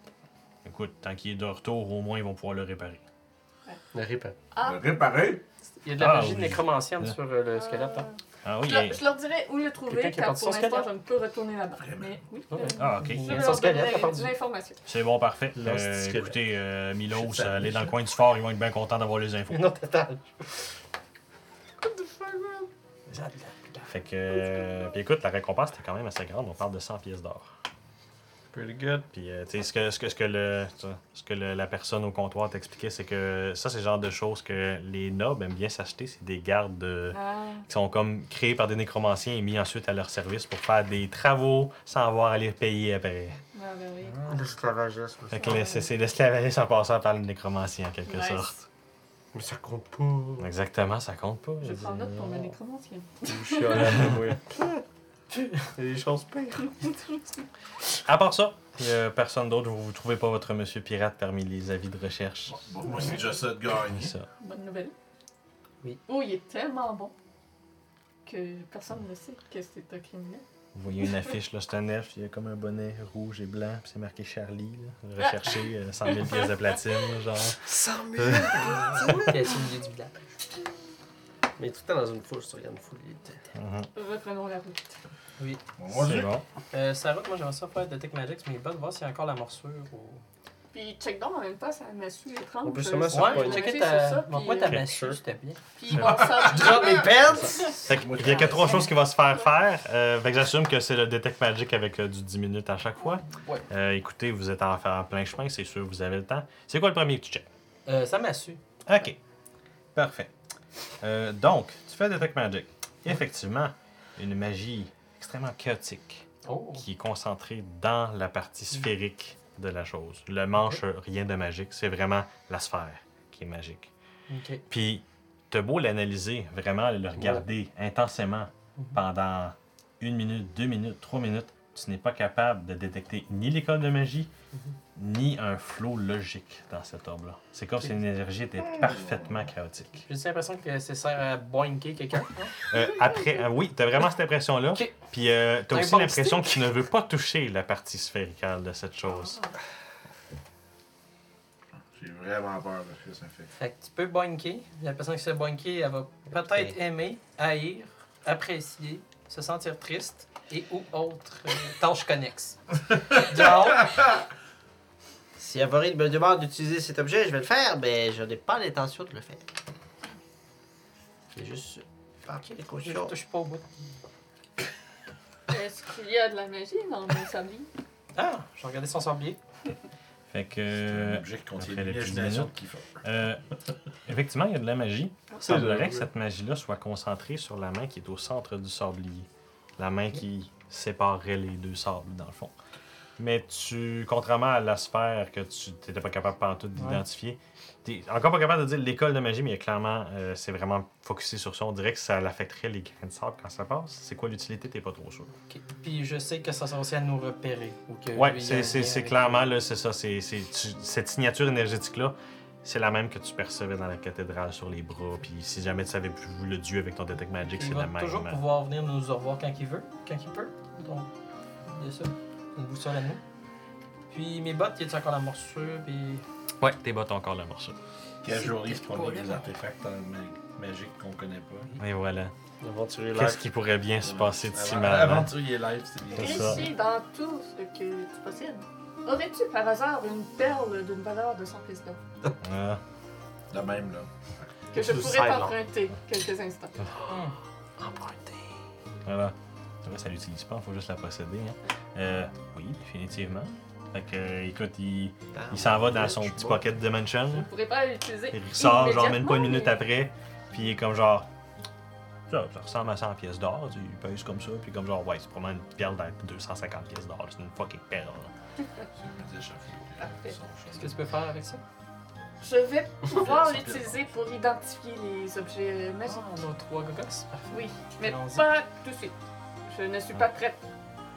B: écoute, tant qu'il est de retour, au moins ils vont pouvoir le réparer.
D: Ne ris pas.
C: Ah,
A: Réparer?
D: Il y a de la
B: Ah,
D: magie
B: oui.
D: nécromancienne
B: Ouais.
D: sur euh, le squelette. Hein.
B: Ah
C: euh,
B: oui,
C: je,
B: eh.
C: leur- je leur dirai où le trouver,
D: Quelqu'un qui a
C: car
D: perdu
C: pour
D: son
C: l'instant,
D: squelette. Oh,
C: je ne peux retourner là-bas. Mais oui,
D: Ouais.
C: euh,
B: Ah, ok.
C: je
D: Il y a
C: vais
D: son
C: leur
D: squelette,
C: donner
D: a perdu.
C: de l'information.
B: C'est bon, parfait.
E: Non,
B: Euh,
E: c'est ce que-
B: écoutez, euh,
E: Je
B: Milos,
E: suis
B: allez dans le
E: tanné.
B: coin du fort, ils vont être bien contents d'avoir les infos.
D: Une autre étage.
B: Fait que. euh, puis écoute, la récompense était quand même assez grande, on parle de 100 pièces d'or.
E: Pretty good.
B: Puis, euh, tu sais, ce que, ce que, ce que, le, ce que le- la personne au comptoir t'expliquait, c'est que ça, c'est le genre de choses que les nobles aiment bien s'acheter. C'est des gardes de-
C: Ah,
B: qui sont comme créés par des nécromanciens et mis ensuite à leur service pour faire des travaux sans avoir à les payer après.
C: ah ben oui.
E: L'esclavagisme.
B: Fait que le- c'est c'est l'esclavage en passant par le nécromancien, en quelque
C: Nice.
B: sorte.
E: Mais ça compte pas.
B: Exactement, ça compte pas.
C: Je prends note pour le nécromancien.
E: Il y a des choses pires.
B: À part ça, il y a personne d'autre, vous ne trouvez pas votre monsieur pirate parmi les avis de recherche.
A: Bon, moi, c'est déjà ça de gagner.
B: Ça.
C: Bonne nouvelle.
D: Oui.
C: Oh, il est tellement bon que personne ne sait que c'est un criminel.
B: Vous voyez une affiche, là, c'est un elfe, il y a comme un bonnet rouge et blanc, puis c'est marqué Charlie, là.
C: Ah.
B: recherché euh, 100 000 pièces de platine, là, genre.
E: 100 000.
D: Il est au milieu du village. Mais tout le temps dans une foule, si tu regardes une foule, il était.
B: Mhm.
C: Reprenons la route.
D: Oui.
A: Bon, moi,
B: C'est
A: j'ai-
B: bon.
D: Euh, Sarah, moi j'aimerais ça faire Detect Magic, mais il est bon de voir s'il y a encore la morsure ou.
C: Puis check donc en même temps, ça m'a su étrange.
E: On peut sûrement se
C: Je vais
E: repoigner.
D: Ouais,
C: m'arrêter
D: checker
C: sur
D: ta.
C: ça,
D: Montre-moi
C: puis,
D: ta
C: euh,
D: massue, s'il te plaît.
C: Puis on s'en-
E: Drop mes pants!
B: Fait que, il y a que trois choses qu'il va se faire faire. Euh, fait que j'assume que c'est le Detect Magic avec euh, du 10 minutes à chaque fois.
D: Ouais.
B: Euh, écoutez, vous êtes en, en plein chemin, c'est sûr, vous avez le temps. C'est quoi le premier que tu checkes?
D: Euh, ça massue.
B: Ok. Parfait. Euh, donc, tu fais Detect Magic. Effectivement, une magie extrêmement chaotique
D: Oh.
B: qui est concentrée dans la partie sphérique de la chose. Le manche, euh, rien de magique. C'est vraiment la sphère qui est magique.
D: Ok.
B: Puis, t'as beau l'analyser, vraiment le regarder intensément
D: Mhm.
B: pendant une minute, deux minutes, trois minutes, tu n'es pas capable de détecter ni l'école de magie, ni un flot logique dans cet orbe-là. C'est comme si
D: Mhm. Ok.
B: l'énergie était parfaitement chaotique.
D: J'ai juste l'impression que ça sert à boinker quelqu'un.
B: Euh, après, euh, oui, t'as vraiment cette impression-là.
D: Ok.
B: Puis euh, t'as
D: Un
B: aussi
D: bon
B: l'impression que tu ne veux pas toucher la partie sphéricale de cette chose.
D: Ah.
A: j'ai vraiment peur de ce que ça fait.
D: Fait que tu peux boinker. La personne qui se fait boinker, elle va peut-être
E: Ok.
D: aimer, haïr, apprécier, se sentir triste et ou autre euh, tâche connexe. Donc,
E: Si Avorine me demande d'utiliser cet objet, je vais le faire, mais je n'ai pas l'intention de le faire. Je vais juste partir les
D: je
E: cautions.
D: touche pas au bout.
C: Est-ce qu'il y a de la magie dans mon sablier?
D: Ah, j'ai regardé son sorbier.
B: Fait que.
A: Un
B: euh,
A: objet qui contient
B: après les petites
A: l'imagination de
B: minutes.
A: Kiefer.
B: euh, effectivement, il y a de la magie. Il
E: C'est
B: semblerait
E: vrai.
B: que cette magie-là soit concentrée sur la main qui est au centre du sablier. La main qui séparerait les deux sables, dans le fond. Mais tu, contrairement à la sphère que tu n'étais pas capable pantoute d'identifier, t'es encore pas capable de dire l'école de magie, mais clairement, euh, c'est vraiment focusé sur ça. On dirait que ça l'affecterait les grains de sable quand ça passe. C'est quoi l'utilité, t'es pas trop sûr.
D: Ok. Puis je sais que ça sert aussi à nous repérer. ou que
B: Ouais,
D: lui, il y a
B: c'est-
D: un
B: c'est
D: lien
B: c'est
D: avec-
B: clairement, là, c'est ça. c'est c'est- tu- cette signature énergétique-là, c'est la même que tu percevais dans la cathédrale sur les bras. Puis si jamais tu savais plus le dieu avec ton Detect Magic,
D: Puis
B: c'est
D: Il
B: la
D: va
B: même.
D: toujours pouvoir venir nous au revoir quand il veut, quand il peut. Donc, il y a ça. C'est Une boussole à nous. Puis mes bottes, il y a encore la morsure, puis
B: Ouais, tes bottes ont encore le morceau.
A: Casualise
D: peut-être
A: qu'on
D: pas
A: a des
D: là.
A: artefacts en ma- magiques qu'on connaît pas.
B: Et voilà.
E: Aventurier
B: Qu'est-ce
E: live.
B: qui pourrait bien se passer d'ici
A: Avant-
B: maintenant?
A: Aventurier live, c'est bien.
B: hein. C'est
A: ça.
B: ça.
C: Réussis dans tout ce que tu possèdes. Aurais-tu par hasard une perle d'une valeur de 100 pièces d'or
B: Ah.
A: De même, là.
C: que je
E: Sous
C: pourrais
E: silence.
C: t'emprunter quelques instants?
D: hmm, emprunté.
B: Voilà. C'est vrai, ça l'utilise pas, faut juste la posséder. Hein. Euh, oui, définitivement. Fait que, euh, écoute, il, il s'en va dans son
E: Je
B: petit
E: vois.
B: pocket de mansion.
C: Je ne pourrais pas l'utiliser.
B: Il ressort, genre, même pas une
C: immédiatement,
B: minute
C: mais-
B: après. Puis il est comme genre. Ça, ça ressemble à 100 pièces d'or. tu sais, Il pèse comme ça. Puis comme genre, ouais, c'est probablement une perle d'être 250 pièces d'or. C'est une fucking perle. là.
A: C'est une petite échafaud.
C: Parfait.
D: Qu'est-ce que tu peux faire avec ça?
C: Je vais pouvoir
A: 100
C: l'utiliser pour identifier les objets
D: Ah,
C: magiques.
D: on a trois Ah, gogos.
C: Oui, mais
D: Allons-y.
C: pas tout de suite. Je ne suis pas prête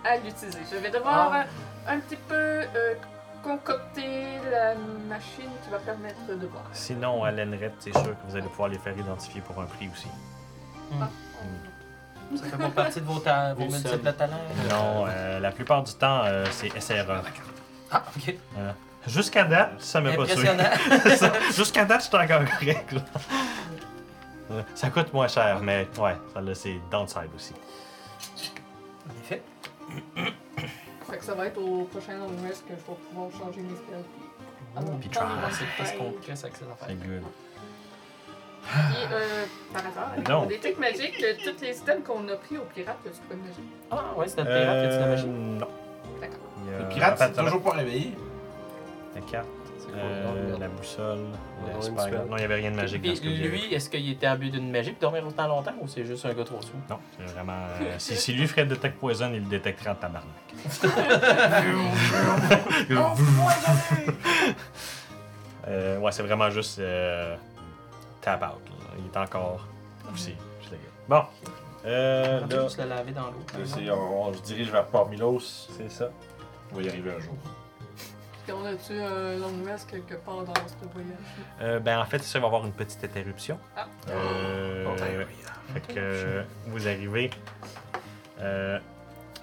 C: à l'utiliser. Je vais devoir
D: Ah.
C: euh, un petit peu euh, concocter la machine qui va permettre de voir.
B: Sinon, à l'ENRET, c'est sûr que vous allez pouvoir les faire identifier pour un prix aussi.
C: Ah.
D: Ça fait pas partie de vos, ta- vos
E: Une
D: multiples
E: somme.
D: talents.
B: Non, euh, la plupart du temps, euh, c'est SRE.
D: Ah, ok.
B: Jusqu'à date, ça m'a pas tué.
D: Impressionnant.
B: Ça, Jusqu'à date, j'étais encore correct. là. Euh, Ça coûte moins cher, mais ouais, ça là, c'est downside aussi.
D: En effet.
C: Fait que ça va être au prochain OS que je vais pouvoir changer mes spells. Ah non,
B: Puis
C: pas
B: try.
C: mes
D: Ah, c'est qu'est-ce qu'on
C: spells.
D: crée avec ces affaires.
B: good.
C: Puis, euh, par hasard, avec
B: Non.
C: mon détecte magique, euh, tous les items qu'on a pris au pirate, c'est pas magique.
D: Ah, ouais, c'est notre pirate, il y a de la magie.
B: non.
C: D'accord.
B: Il y a-
A: Le Euh, pirate,
B: en fait,
A: c'est toujours pas réveillé.
B: La carte,
E: C'est quoi
D: Oh,
E: le nom de
B: euh,
E: merde?
B: la boussole,
E: On a
B: la
E: une
B: spider.
E: spell.
B: Non, il n'y avait rien de magique dans
D: Puis
B: ce que vous avez.
D: lui, est-ce qu'il était abus d'une magie pour dormir autant longtemps ou c'est juste un gars trop sous?
B: Non, c'est vraiment. euh, si, si lui ferait Detect Poison, il le détecterait en tabarnak.
C: Oh,
B: Euh, ouais, c'est vraiment juste euh, tap out. là. Il est encore poussé. je le gars. Bon. Euh,
D: Après,
B: là,
D: tu l'as lavé dans l'eau.
A: Là, Euh, c'est- On, on se dirige vers Port Milos.
B: c'est ça.
A: On va y arriver un jour.
C: Puis on a-tu euh, un long rest quelque part dans ce voyage?
B: Euh, ben en fait, ça va avoir une petite interruption.
C: Ah.
B: Euh,
A: Oh, ben
B: fait que vous arrivez. Euh,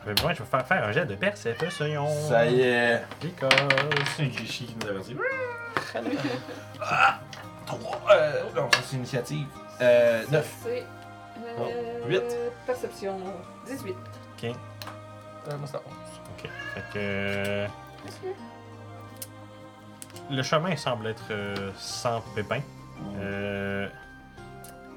B: ben, moi, je vais faire faire un jet de perception.
A: Ça y est.
B: Because.
A: Euh, C'est Grichy qui nous avait dit. Ah,
D: Salut.
A: Trois. Euh, non, ça, c'est initiative. Euh, neuf.
C: C'est. euh,
E: Huit.
C: Perception. 18.
B: Ok.
D: Euh, moi, c'est à
B: Ok. Fait que. euh, Le chemin semble être euh, sans pépins. Euh,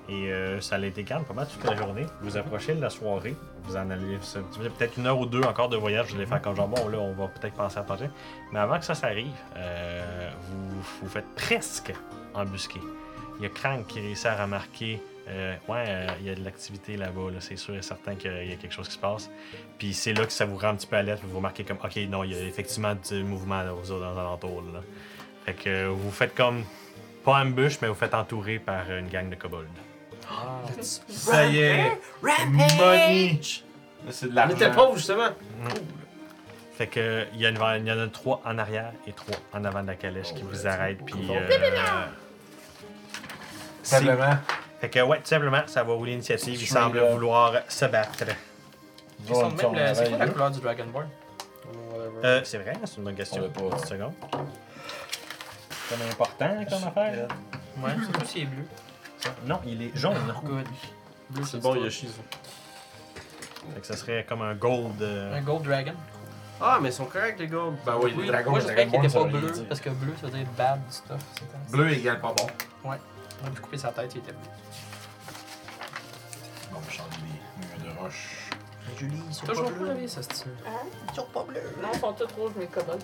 B: et euh, ça a été calme pas mal toute la journée. Vous approchez de la soirée, vous en allez ça- tu veux, peut-être une heure ou deux encore de voyage, vous allez faire comme genre bon là on va peut-être penser à partir. Mais avant que ça s'arrive, euh, vous vous faites presque embusquer. Il y a Krang qui réussit à remarquer euh, ouais euh, il y a de l'activité là-bas, là, c'est sûr et certain qu'il y a quelque chose qui se passe. Puis c'est là que ça vous rend un petit peu alerte, vous remarquez comme ok non il y a effectivement du mouvement là, aux aux alentours là. Fait que euh, vous faites comme pas ambush, mais vous faites entourer par une gang de kobolds.
A: Ça y est. Money. Là, c'est de
E: On
A: l'argent.
E: était pauvres, justement.
B: Fait que il y, en a- il y en a trois en arrière et trois en avant de la calèche qui
A: Oh,
B: vous
A: là,
B: arrêtent.
A: c'est
B: Puis.
A: bon.
B: euh, c'est-
A: Simplement.
B: Fait que, ouais, tout simplement, ça va rouler l'initiative. Ils
A: Straight
B: semblent
A: up.
B: vouloir se battre.
A: Ils
D: Ils
A: ont-
D: sont
A: ils sont
D: même le- C'est quoi la
A: merveilleux.
D: couleur du Dragonborn?
B: Euh, c'est vrai, c'est une bonne question.
A: On l'a pas.
B: Une petite seconde. Comme important comme affaire.
D: Ouais, c'est comme s'il est bleu.
B: Non, il est jaune.
D: Good. Bleu,
E: C'est bon,
D: toi.
E: Yoshi. ça.
B: Fait que ça serait comme un gold. euh,
D: Un Gold Dragon.
E: Ah, mais ils sont corrects, les gars.
A: Ben oui, les dragons,
D: moi
A: les
D: j'espère qu'il
A: dragons,
D: était
A: ça
D: pas
A: veut rien
D: bleu,
A: dire.
D: parce que bleu ça veut dire bad stuff. c'est comme ça.
A: Bleu égale pas bon.
D: On a pu couper sa tête, il était bleu.
A: Bon, je change les murs de roche.
E: Julie, ils sont
D: Toujours pas levé ça, c'est
C: Hein?
E: toujours pas bleus.
C: Non, ils sont tous rouges, mes commodes.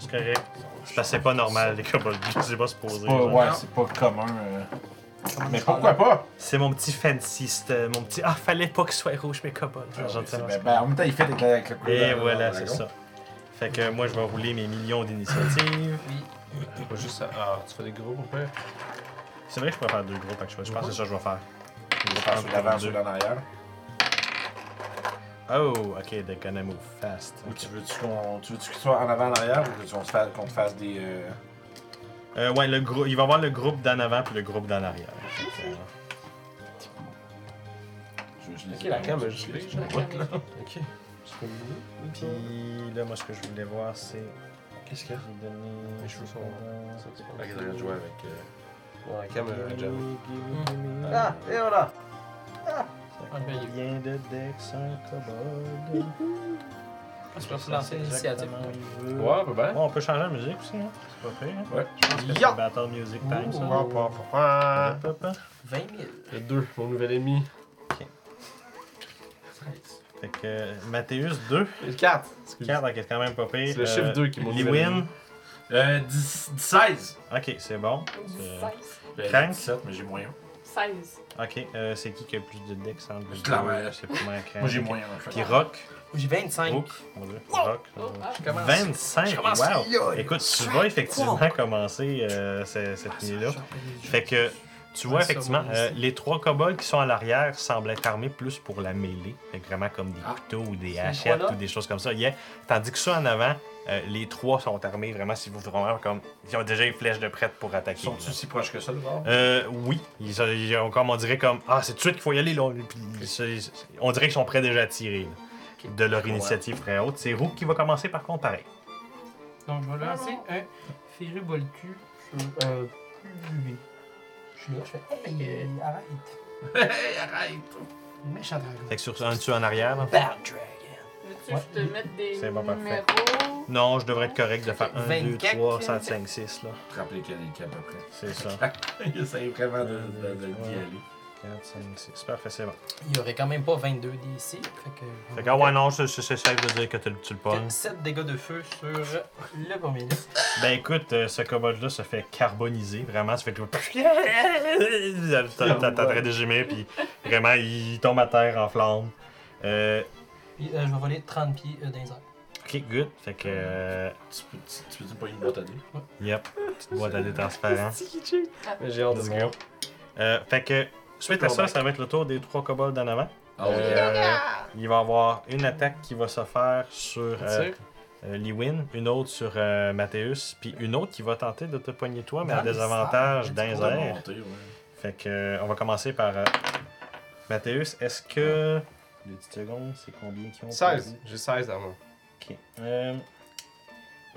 B: C'est correct. C'est parce que c'est pas normal, les kobolds. Je sais pas se poser.
A: Pas-
B: genre.
A: ouais, c'est pas commun. euh. Mais
D: ça
A: pourquoi pas?
B: C'est mon petit fancy, c'était mon petit. Ah, fallait pas que ce soit rouge, mais kobolds.
A: Ah,
B: Genre,
A: oui, c'est-
B: gentiment.
A: ben, ben, en même temps, il fait avec la, avec la couleur.
B: Et
A: de-
B: voilà,
A: de
B: c'est
A: dragon.
B: ça. Fait que moi, je vais rouler mes millions d'initiatives.
D: Oui.
E: Faut juste. Ah, tu fais des gros, mon père.
B: C'est vrai que je pourrais faire deux gros packs. Je pense que c'est ça que je vais faire. Je vais
A: Faire sur l'avant, sur
B: deux.
A: l'arrière.
B: Oh, ok, they're gonna move fast.
A: Ou
B: Ok.
A: tu veux-tu qu'on tu veux qu'il soit en avant, en arrière, ou veux-tu qu'on se fasse- qu'on te fasse des. euh,
B: Euh, ouais, le grou- il va y avoir le groupe d'en avant puis le groupe d'en arrière. Fait que, euh,
A: Je, je les
E: Ok,
A: ai
E: la
A: pas
E: cam,
A: mis.
E: je
C: Je la
E: What, là?
C: ferme.
E: Ok. Je peux le
B: Puis là, moi, ce que je voulais voir, c'est.
E: Qu'est-ce qu'il y a
B: J'ai donné-
E: Mes cheveux sont- Ah,
B: Euh,
E: Ok, t'as rien joué avec. euh, Bon, la cam, euh, Java.
B: gimme,
E: Ah, et voilà!
B: Ça Combien de decks un kobold
D: Je peux se lancer l'initiative.
B: Exactement, il veut.
E: Ouais, bah ben.
B: Bon, on peut changer la musique aussi, hein? C'est pas pire. hein?
E: Ouais.
B: Je pense que
E: Ya!
B: c'est Battle Music Time, ça.
D: Ouh.
E: Pa, pa, pa, pa.
B: Hop, hop, hein?
D: 20 000.
E: Le 2, mon nouvel ami.
B: Fait que euh, Mathéus 2,
E: Le 4!
B: carte ok, c'est quand même pas pire. euh,
E: C'est le chiffre 2 qui est mon nouvel ami.
B: Lewin,
A: Euh, 10 16!
B: ok, c'est bon. Euh,
C: 16.
A: Ben,
B: Crank.
A: 17, mais j'ai moyen.
C: 16.
B: Ok, euh, c'est qui qui a le plus de decks en plus
A: C'est la merde.
B: C'est pour moi, Crank.
A: Moi, j'ai moyen. en
B: Puis
A: fait.
B: Rock,
D: J'ai 25.
B: Rook, mon dieu, Rock.
C: Oh,
B: euh,
C: ah.
D: Je commence.
B: 25,
D: Je commence
B: wow!
D: là, là.
B: Écoute, tu vas effectivement commencer euh, ce- cette nuit-là. Fait que tu vois
D: Ouais, ça
B: effectivement,
D: va,
B: euh,
D: ici.
B: les trois kobolds qui sont à l'arrière semblent être armés plus pour la mêlée, Fait que vraiment comme des
A: Ah.
B: couteaux ou des
D: Ces
B: hachettes
D: trois-là?
B: ou des choses comme ça. Yeah. Tandis que ceux en avant, euh, les trois sont armés vraiment si vous vraiment comme ils ont déjà les flèches de prête pour attaquer.
A: Sont-ils
B: là.
A: si proches que ça, le bord?
B: Euh, oui, ils, sont- ils ont comme on dirait comme ah c'est tout de suite qu'il faut y aller là. Puis ils se- ils- on dirait qu'ils sont prêts déjà à tirer là,
D: Ok.
B: de leur
A: Ouais.
B: initiative très haute. C'est Rook qui va commencer par contre pareil.
D: Donc, je vais
C: Ah
D: lancer
C: non.
D: un Ferriboltu sur. Euh, lui. Je suis là, je fais. Hey, euh, arrête.
A: Hey, arrête!
D: Méchant dragon.
B: Fait que sur un dessus en arrière. là.
D: Bad dragon.
C: Veux-tu
D: Ouais.
C: que je te mette des
B: C'est bon, parfait.
C: numéros?
B: Non, je devrais être correct de faire 1, 2,
D: 24,
B: 3, 4, 5, 6 là.
A: Te rappeler quel est le cap après.
B: C'est ça.
A: Il essaye vraiment de, de, de- d'y
B: Ouais.
A: aller.
B: 4, 5, 6. Parfait, c'est bon.
D: Il y aurait quand même pas 22 d'ici. Fait que.
B: Fait que, ah ouais, non, c'est c'est- c'est safe de dire que tu le- tu le pognes.
D: 7 dégâts de feu sur le premier lit.
B: Ben écoute, euh, ce kobold-là se fait carboniser, vraiment, ça fait tout. T'as train de gémir, puis vraiment, il tombe à terre en flammes. Euh,
D: Puis euh, je vais voler 30 pieds euh, dans les airs.
B: ok, good. Fait que, euh,
A: Tu peux- tu- tu peux-tu pas une boîte à nez?
B: yep, petite boîte à détransparent.
C: Ah.
E: Mais j'ai hâte de
B: Let's
E: voir.
B: go. Euh, fait que, suite à ça, ça va être le tour des trois kobolds en avant.
A: Ah
B: Euh, il va y avoir une attaque qui va se faire sur
E: Tu
B: euh,
E: sais?
B: euh, Lewin, une autre sur euh, Mathéus, puis une autre qui va tenter de te pogner toi, mais
D: Dans
B: à
D: les
B: des avantages
D: airs,
B: dans les
A: On a
B: airs.
A: monté, ouais.
B: Fait que, euh, on va commencer par euh, Mathéus. Est-ce que. Deux petites secondes, c'est combien qui ont
E: 16. J'ai 16 d'armes.
B: Ok. Euh.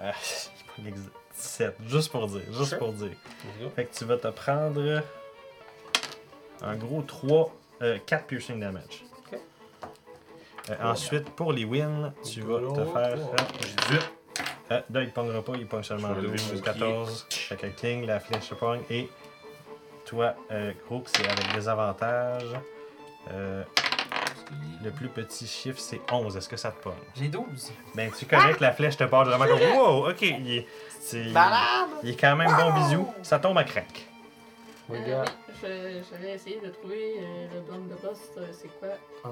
B: Ah, j'ai pas l'ex- 17. Juste pour dire. Juste
E: Sure.
B: pour dire.
E: Let's go.
B: Fait que tu vas te prendre. Un gros 3. 4 piercing damage.
D: Ok.
B: Euh, ensuite, pour les wins, tu vas te
E: Gros
B: faire.
E: trois.
B: euh,
A: J'ai 18.
B: euh, non, il pongera pas, il pogne seulement
A: Je vais lever
B: 12
A: mon
B: ou
A: bouclier.
B: 14. Fait que King, la flèche se pogne. Et toi, euh, Crook, c'est avec des avantages. Euh, le plus petit chiffre, c'est 11. Est-ce que ça te pogne?
D: J'ai 12.
B: Ben, tu correct, la flèche te part vraiment comme Wow, ok. Il est, c'est- il est quand même bon bisou. Ça tombe à crack.
C: Euh,
E: Mon
C: oui,
E: gars.
C: je- j'avais essayé de trouver euh, le bon de boss, euh, c'est quoi?
E: Oh.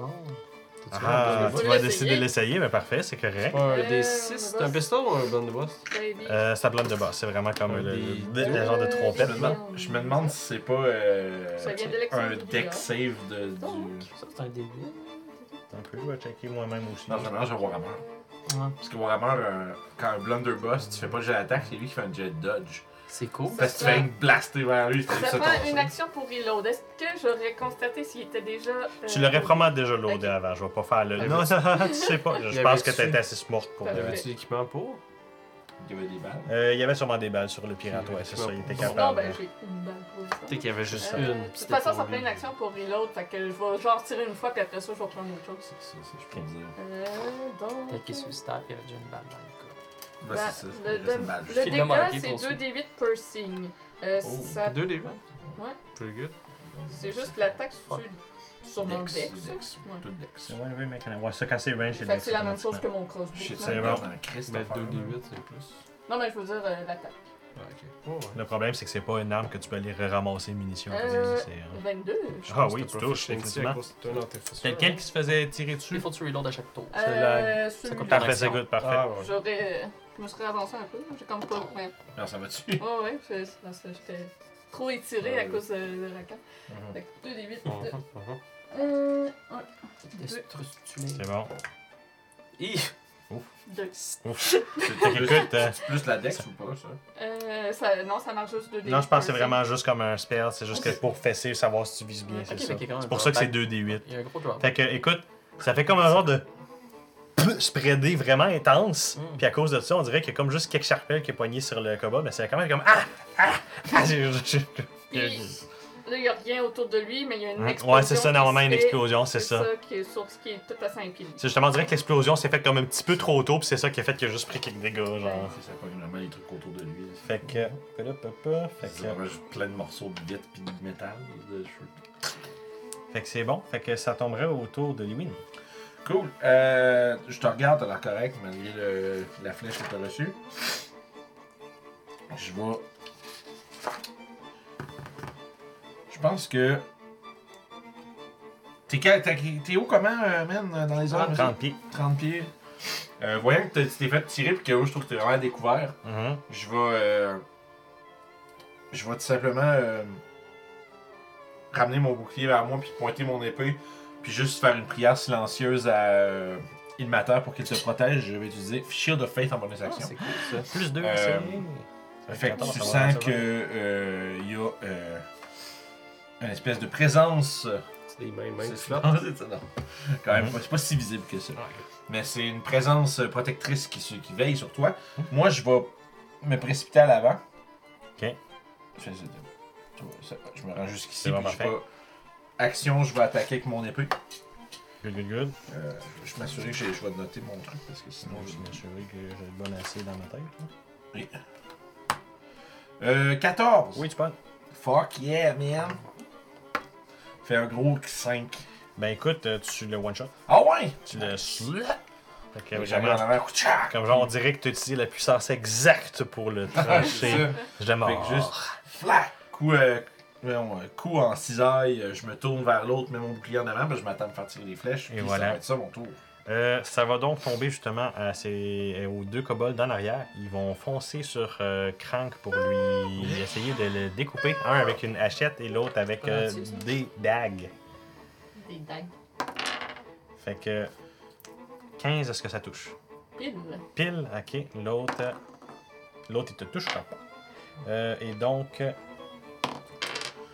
B: Ah,
E: T'as-tu
B: tu
C: Je
B: vas
C: vais
B: décider de
C: l'essayer.
B: l'essayer, mais parfait, c'est correct.
E: pas un
C: Euh,
E: des 6 C'est un pistolet ou un blunderbuss
C: Baby.
B: Euh, ça blonde de base, c'est vraiment comme le, le- le genre de
A: Je
B: trompette.
A: me
B: là.
A: demande- Je me demande si c'est pas euh,
C: Ça vient de l'exemple
A: un
C: du
A: deck
C: brouillard.
A: save de,
C: Donc.
A: du.
D: Ça, c'est un début.
B: Attends un peu, je vais checker moi-même aussi.
A: Non, je mélange à Warhammer.
D: Ouais.
A: Parce que Warhammer, euh, quand un blunderbuss, tu fais pas le jet d'attaque, c'est lui qui fait un jet dodge.
D: C'est cool.
A: Parce que tu fais une blaster vers lui, c'est comme
C: Ça
A: ça
C: prend
A: ton
C: une action pour reload. Est-ce que j'aurais constaté s'il était déjà. euh,
B: Tu l'aurais probablement déjà loadé
C: Ok.
B: avant, je vais pas faire le.
E: Y
B: Non, tu sais pas,
E: Y
B: je
E: avait
B: pense que
E: dessus.
B: t'étais assez morte pour.
C: Parfait.
B: Euh,
E: Y'avait-tu l'équipement pour
A: Il y avait des balles.
B: il y avait sûrement des balles sur le pirate,
E: Y avait
B: ouais, c'est
E: pas.
B: ça, il était
E: Non,
C: Non,
B: capable.
C: ben j'ai une balle pour ça.
E: Tu sais qu'il y avait juste
C: Euh,
E: une.
C: de toute façon, ça prend une action pour reload, fait que je vais genre tirer une fois, puis après ça, je vais prendre autre chose.
A: C'est ça, c'est- je peux dire.
C: Euh, donc.
D: Peut-être qu'il est suicidaire puis il y avait déjà une balle dans le corps.
A: Bah,
C: Ben,
A: c'est ça,
C: le,
A: c'est une balle.
C: le
D: J'ai vraiment marqué
C: dégât,
D: pour ça.
C: c'est 2d8 piercing. Euh,
A: Oh,
C: ça-
E: 2 des 20
C: Ouais.
E: Pretty good.
C: C'est juste l'attaque sur, sur mon
A: Dex,
C: deck. ça.
A: Dex,
C: Ouais.
A: tout Dex.
B: Ouais, ouais, mec, ouais, ça casser range,
C: Fait
B: c'est
C: que c'est la même chose que mon crossbow.
A: Shit,
C: Ouais.
A: c'est
B: bon.
A: vraiment un Christ.
E: Mais 2 des 8 c'est plus.
C: Non, mais je veux dire euh, l'attaque.
A: ok.
E: Oh, ouais.
B: Le problème, c'est que c'est pas une arme que tu peux aller ramasser munitions.
C: Euh,
B: c'est- c'est, hein.
C: 22.
A: Je
B: Ah
A: pense
B: oui,
A: que t'as
B: tu
A: pas
B: touches,
A: fait une
B: effectivement.
A: séquence, t'as un artefact.
B: Quelqu'un qui se faisait tirer
D: Il
B: dessus.
D: faut que tu reload à chaque tour.
C: Euh, celui-là,
B: Parfait, c'est good, parfait.
A: Ah ouais.
C: j'aurais... Je me serais avancé un peu. J'ai comme pas... Ouais,
A: Non, ça va dessus.
C: ouais, ouais c'est- c'est parce que j'étais trop étiré à
A: Ouais.
C: cause de l'ouragan.
A: Mhm.
C: Fait que 2 des 8.
E: Mhm, mhm.
C: Euh...
D: Destructuler.
B: C'est bon.
D: Hi!
C: 2.
B: Ouf. Écoute, euh,
A: C'est plus la dex ou pas, ça?
C: Euh, ça, non, ça marche juste 2 des
B: non, je pense que c'est vraiment juste comme un spell. C'est juste que pour fesser, savoir si tu vises bien,
D: Ok,
B: c'est
D: fait
B: ça.
D: qu'il y a quand même
B: C'est pour
D: un
F: Bah,
B: ça que c'est
D: impact.
B: 2d8.
D: Il y a un gros drop.
B: Fait que, écoute, ça fait comme un genre de spreadé vraiment intense.
D: Mm.
B: Puis à cause de ça, on dirait qu'il y a comme juste quelques charpelles qui est poigné sur le combat. Mais c'est quand même comme Ah! Ah! J'ai- j'ai-
C: Puis, là, il n'y a rien autour de lui, mais il y a une explosion.
B: Euh, Ouais, c'est ça,
C: qui
B: normalement,
C: se
B: une
C: fait.
B: explosion, c'est ça.
C: qui est sur ce qui est tout à 5 pieds.
B: C'est justement, on dirait que l'explosion s'est faite comme un petit peu trop tôt, puis c'est ça qui a fait qu'il a juste pris quelques dégâts, genre.
A: Ça pogne vraiment les trucs autour de lui. là.
B: Fait que. Fait
A: C'est
B: que,
A: vraiment juste plein de morceaux de vitre pis de métal, de cheveux.
B: fait que c'est bon. Fait que ça tomberait autour de Lewin.
A: Cool. Euh, je te regarde, t'as l'air correct, malgré le- la flèche que t'as reçue. Je vais. Je pense que. T'es ca- t'as- t'es haut comment, euh, man, dans les airs?
B: 30 pieds.
A: 30 pieds. Euh, voyant que t'as- tu t'es fait tirer puis que moi, je trouve que t'es vraiment découvert,
B: Mhm.
A: je vais. euh, je vais tout simplement euh, ramener mon bouclier vers moi, puis pointer mon épée, puis juste faire une prière silencieuse à euh, Ilmater pour qu'il se protège. Je vais utiliser Shield of Faith en bonus
D: Ah,
A: action.
D: c'est cool ça.
B: Plus 2,
A: Euh,
B: c'est.
A: fait que
B: Attends,
A: tu
B: ça va,
A: sens
B: ça va.
A: qu'il y a euh, une espèce de présence. euh,
E: C'est des mains, mains.
A: C'est non, c'est ça, non. Quand même, c'est pas si visible que ça. Mais c'est une présence euh, protectrice qui, se- qui veille sur toi. Moi, je vais me précipiter à l'avant.
B: Ok.
A: Je, je- je- je me rends jusqu'ici.
B: C'est bon,
A: puis je
B: parfait.
A: vais- Action, je vais attaquer avec mon épée.
B: Good, good, good.
A: Euh, je vais m'assurer que j'ai- je vais noter mon truc parce que sinon
B: Sinon,
A: je.
B: je vais m'assurer que j'ai le bon assez dans ma tête. hein. là.
A: Euh, 14!
B: Oui, tu parles.
A: Fuck yeah, man! Fait un gros 5.
B: Ben écoute, euh, tu le one shot.
A: Ah ouais!
B: Tu le. Fait que
A: J'arrive
B: vraiment,
A: en avant. Tchac!
B: Comme genre, on dirait que tu utilises la puissance exacte pour le
A: Ah, c'est
B: trancher.
A: ça.
B: Je la
A: Fait
B: mords.
A: que juste, flac, coup, euh, non, euh, coup en cisaille, euh, je me tourne vers l'autre, mets mon bouclier en avant, ben, je m'attends à me faire tirer les flèches.
B: Et
A: puis
B: voilà.
A: Ça va être ça mon tour.
B: Euh, ça va donc tomber justement à ces, euh, aux deux kobolds dans l'arrière. Ils vont foncer sur euh, Crank pour lui essayer de le découper. Un avec une hachette et l'autre avec euh, des dagues.
C: Des dagues.
B: Fait que 15, est-ce que ça touche?
C: Pile.
B: Pile, ok. L'autre, euh, l'autre il te touche pas. Euh, et donc, euh,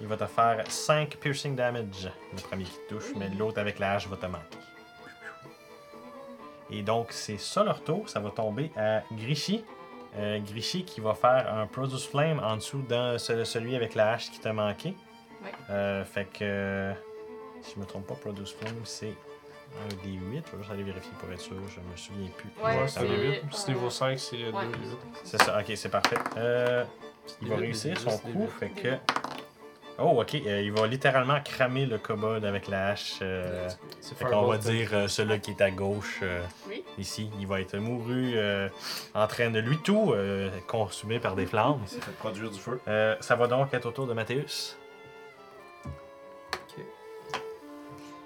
B: il va te faire 5 piercing damage. Le premier qui te touche, mais l'autre avec la hache va te manquer. Et donc, c'est ça leur tour. Ça va tomber à Grichy. Euh, Grichy qui va faire un Produce Flame en dessous de ce- celui avec la hache qui t'a manqué.
C: Ouais.
B: Euh, fait que, euh, si je me trompe pas, Produce Flame, c'est un des 8. Je vais juste aller vérifier pour être sûr. Je me souviens plus.
C: Ouais,
B: un
C: c'est-
B: des huit.
C: euh,
F: C'est niveau 5, c'est 2
C: ouais.
B: C'est ça, ok, c'est parfait. Euh, il va
D: Des
B: réussir
D: huit,
B: son
D: des
B: coup,
D: huit.
B: fait que. Oh, ok, euh, il va littéralement cramer le kobold avec la hache. euh,
D: C'est
B: fait qu'on va
D: Fireball,
F: hein.
B: dire euh, celui qui est à gauche euh,
C: Oui.
B: ici. Il va être mouru euh, en train de lui tout, euh, consumé par des flammes.
A: Ça fait produire du feu.
B: Euh, ça va donc être au tour de Mathéus.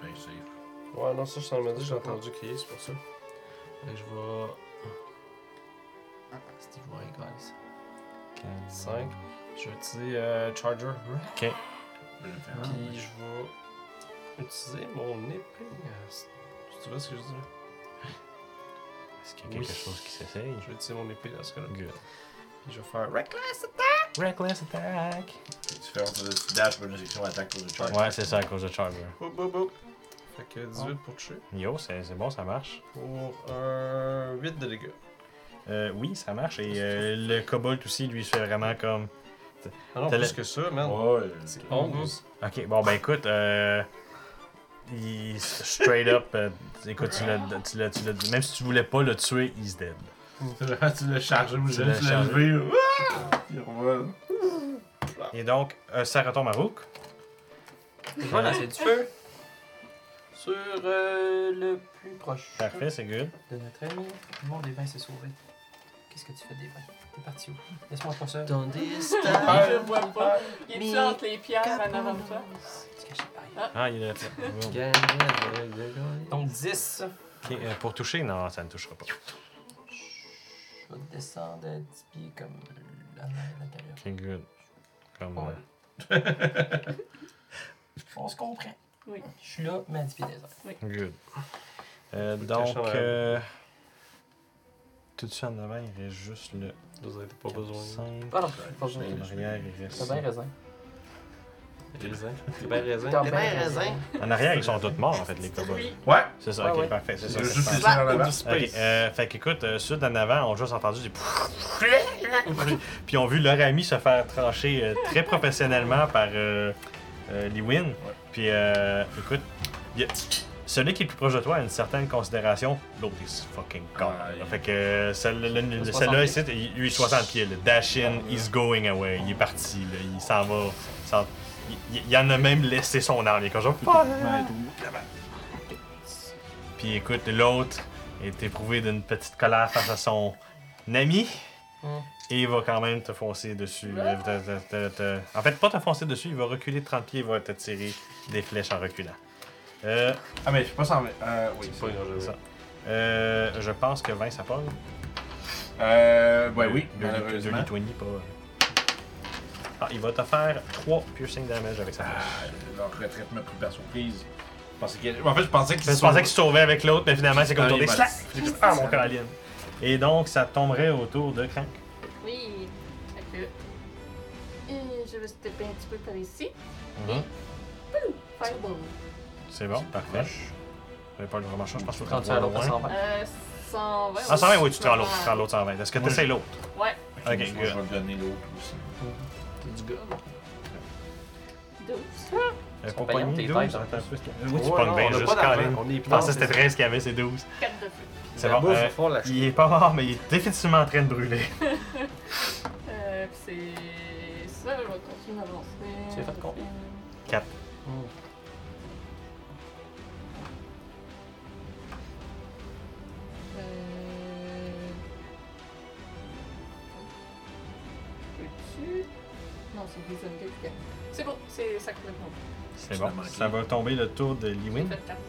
A: Ben, c'est
F: Ouais, non, ça, je t'en ai dit, j'ai entendu crier, c'est pour ça.
D: Fait que je vais. C'était joué avec Alice. 5.
F: Je vais utiliser euh, Charger.
A: le
F: Puis je vais utiliser mon épée. euh, Tu vois ce que je dis là?
B: Est-ce qu'il y a quelque
F: Oui.
B: chose qui s'essaye
F: Je vais utiliser mon épée dans ce cas-là.
B: Good.
F: Puis je vais faire Reckless.
B: Reckless attack!
A: Tu fais un petit dash, bonne section attaque pour le charge.
B: Ouais, c'est ça à cause de Charger.
F: Boop, boop, boop. Fait
B: Ah.
F: que 18 pour toucher.
B: Yo, c'est c'est bon, ça marche.
F: Pour un 8 de dégâts.
B: Euh, oui, ça marche. Et euh, le Cobalt aussi, lui, se fait vraiment comme.
F: Ah non,
B: T'as
F: plus
B: le-
F: que ça, man.
A: Ouais, euh,
F: C'est hein. 11.
B: Ok, bon, ben écoute, euh, il straight up, euh, écoute, tu l'as, tu l'as- tu l'as dit. Même si tu voulais pas le tuer, he's dead.
A: tu l'as- tu l'as chargé, ou je
B: l'as
A: l'ai
B: chargé.
A: levé. ah! Il revole.
B: Et donc, euh, ça retombe à Rook.
D: Je vais lancer du feu.
F: Mmh.
D: Sur euh, le plus proche.
B: Parfait, c'est good.
D: De notre ami. Le monde des vins s'est sauvé. Qu'est-ce Qu'est-ce que tu fais des vins? T'es parti où? Laisse-moi pas ça.
E: Ton
C: Ah,
E: destin.
C: je vois pas. Il est
E: Mais-
C: entre les pierres en avant de toi.
D: Tu te caches les pailles.
B: Ah, il est là. Bon.
E: euh,
D: Donc 10.
B: Ok, euh, pour toucher, non, ça ne touchera pas.
D: Je vais descendre à 10 pieds comme la la caméra.
B: Ok, good. Comme,
D: Ouais.
B: euh,
D: On se comprend.
C: Oui.
D: Je suis là, mais à 10 pieds des airs.
B: good. Euh,
F: le
B: donc,
F: cacher en arrière.
B: euh, tout de suite en avant, il reste juste le
F: Vous en avez pas besoin.
B: 5.
D: Ah non, pas besoin.
B: En arrière, il reste.
D: T'as bien raison.
F: Des raisins. Des belles raisins.
D: T'as
E: bien raison.
B: En arrière, ils sont tous morts, en fait, les cowboys.
C: Oui.
A: Ouais,
B: C'est ça,
D: Ouais,
B: ok,
D: ouais.
B: parfait. C'est ça.
A: c'est
B: c'est
A: juste les
B: ça.
A: tirs en avant.
B: Ok, euh, fait qu'écoute, euh, ceux d'en avant ont juste entendu des. Puis ont vu leur ami se faire trancher euh, très professionnellement par euh, euh, Lee Win. Puis euh, écoute, y a- celui qui est le plus proche de toi a une certaine considération, l'autre est fucking con.
A: Aïe.
B: Fait que euh, celle- le- le-
D: C'est
B: celui-là
D: 60
B: ici, il- Ah, lui, il est 60 pieds. Le dash in, he's going away. Il est parti, là, il s'en va. Il s'en- Il, il en a même laissé son arme. Il est comme genre, puis écoute, l'autre est éprouvé d'une petite colère face à son ami.
D: Mm.
B: Et il va quand même te foncer dessus. Euh, te- te- te- te- En fait, pas te foncer dessus, il va reculer de 30 pieds, il va te tirer des flèches en reculant. Euh,
A: Ah, mais je suis pas sans. Euh, oui.
F: Pas grand-chose.
B: Ça. euh, je pense que 20 ça parle.
A: Euh, ouais, oui,
B: Dirty-
A: malheureusement.
B: Dirty 20, pas. euh. Ah, il va te faire 3 piercing damage avec sa flèche.
A: Ah, leur retraite m'a pris par surprise. Je pensais qu'il- En fait, je pensais qu'ils
B: Je
A: se
B: pensais
A: sont-
B: qu'il se sauvait avec l'autre, mais finalement, c'est comme
A: Ah,
B: tourner.
A: il m'a-
B: Slack! Ah, mon caline! Et donc, ça tomberait autour de Crank.
C: Oui. Fait que. Et je vais stepper un petit peu par ici.
B: Mm-hmm.
C: Fireball.
B: C'est bon, parfait. Je vais pas le remarcher, je pense que
D: Quand tu es à l'autre,
B: loin.
D: ça s'en va.
C: Euh, 120.
B: Ah, 120, oui, tu prends l'autre. Tu prends l'autre 120. Est-ce que tu essaies l'autre
C: Ouais.
A: Moi,
B: Ok,
A: je
B: good.
A: vais donner l'autre aussi.
D: T'es du gars.
C: Douze.
B: Euh,
D: sont
B: Pour
D: payants,
B: pogner
D: tes
B: 12,
D: têtes,
B: attends un peu. Oui,
F: Ouais,
B: tu
F: non,
B: pognes bien
F: on a
B: juste
F: pas
B: quand
F: d'argent,
B: même.
F: On est
B: Je pensais que c'était 13 qu'il y avait, c'est 12.
C: Quatre de feu.
B: C'est bon. euh, Il est pas mort, mais il est définitivement en train de brûler.
C: Euh, puis c'est ça, je vais continuer à lancer.
D: Tu l'as fait combien?
B: Quatre.
C: Euh... Peux-tu... Non, c'est des hommes de quatre. C'est bon, c'est ça que je demande.
B: C'est
A: Tu
B: bon.
A: l'as manqué.
B: Ça va tomber le tour de
C: J'ai
B: Lewin.
C: fait quatre.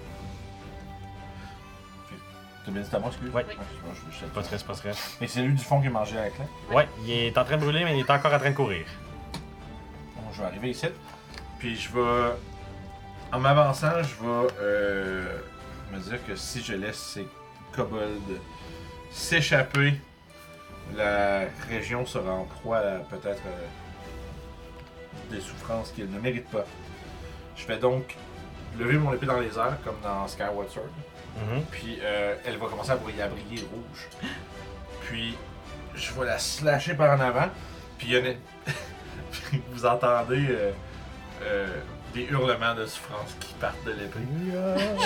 A: Tu m'as dit à moi, excuse
B: Ouais.
A: je- je- je-
B: Pas de stress, pas de stress.
A: Mais c'est lui du fond qui a mangé avec là.
B: Ouais, il est en train de brûler, mais il est encore en train de courir.
A: Bon, je vais arriver ici. Puis je vais. En m'avançant, je vais euh, me dire que si je laisse ces kobolds s'échapper, la région sera en proie à peut-être euh, des souffrances qu'ils ne méritent pas. Je vais donc lever mon épée dans les airs, comme dans Skyward Sword.
B: Mhm.
A: Puis euh, elle va commencer à briller, à briller rouge. Puis je vais la slasher par en avant. Puis il y en a- Puis vous entendez euh, euh, des hurlements de souffrance qui partent de l'épée.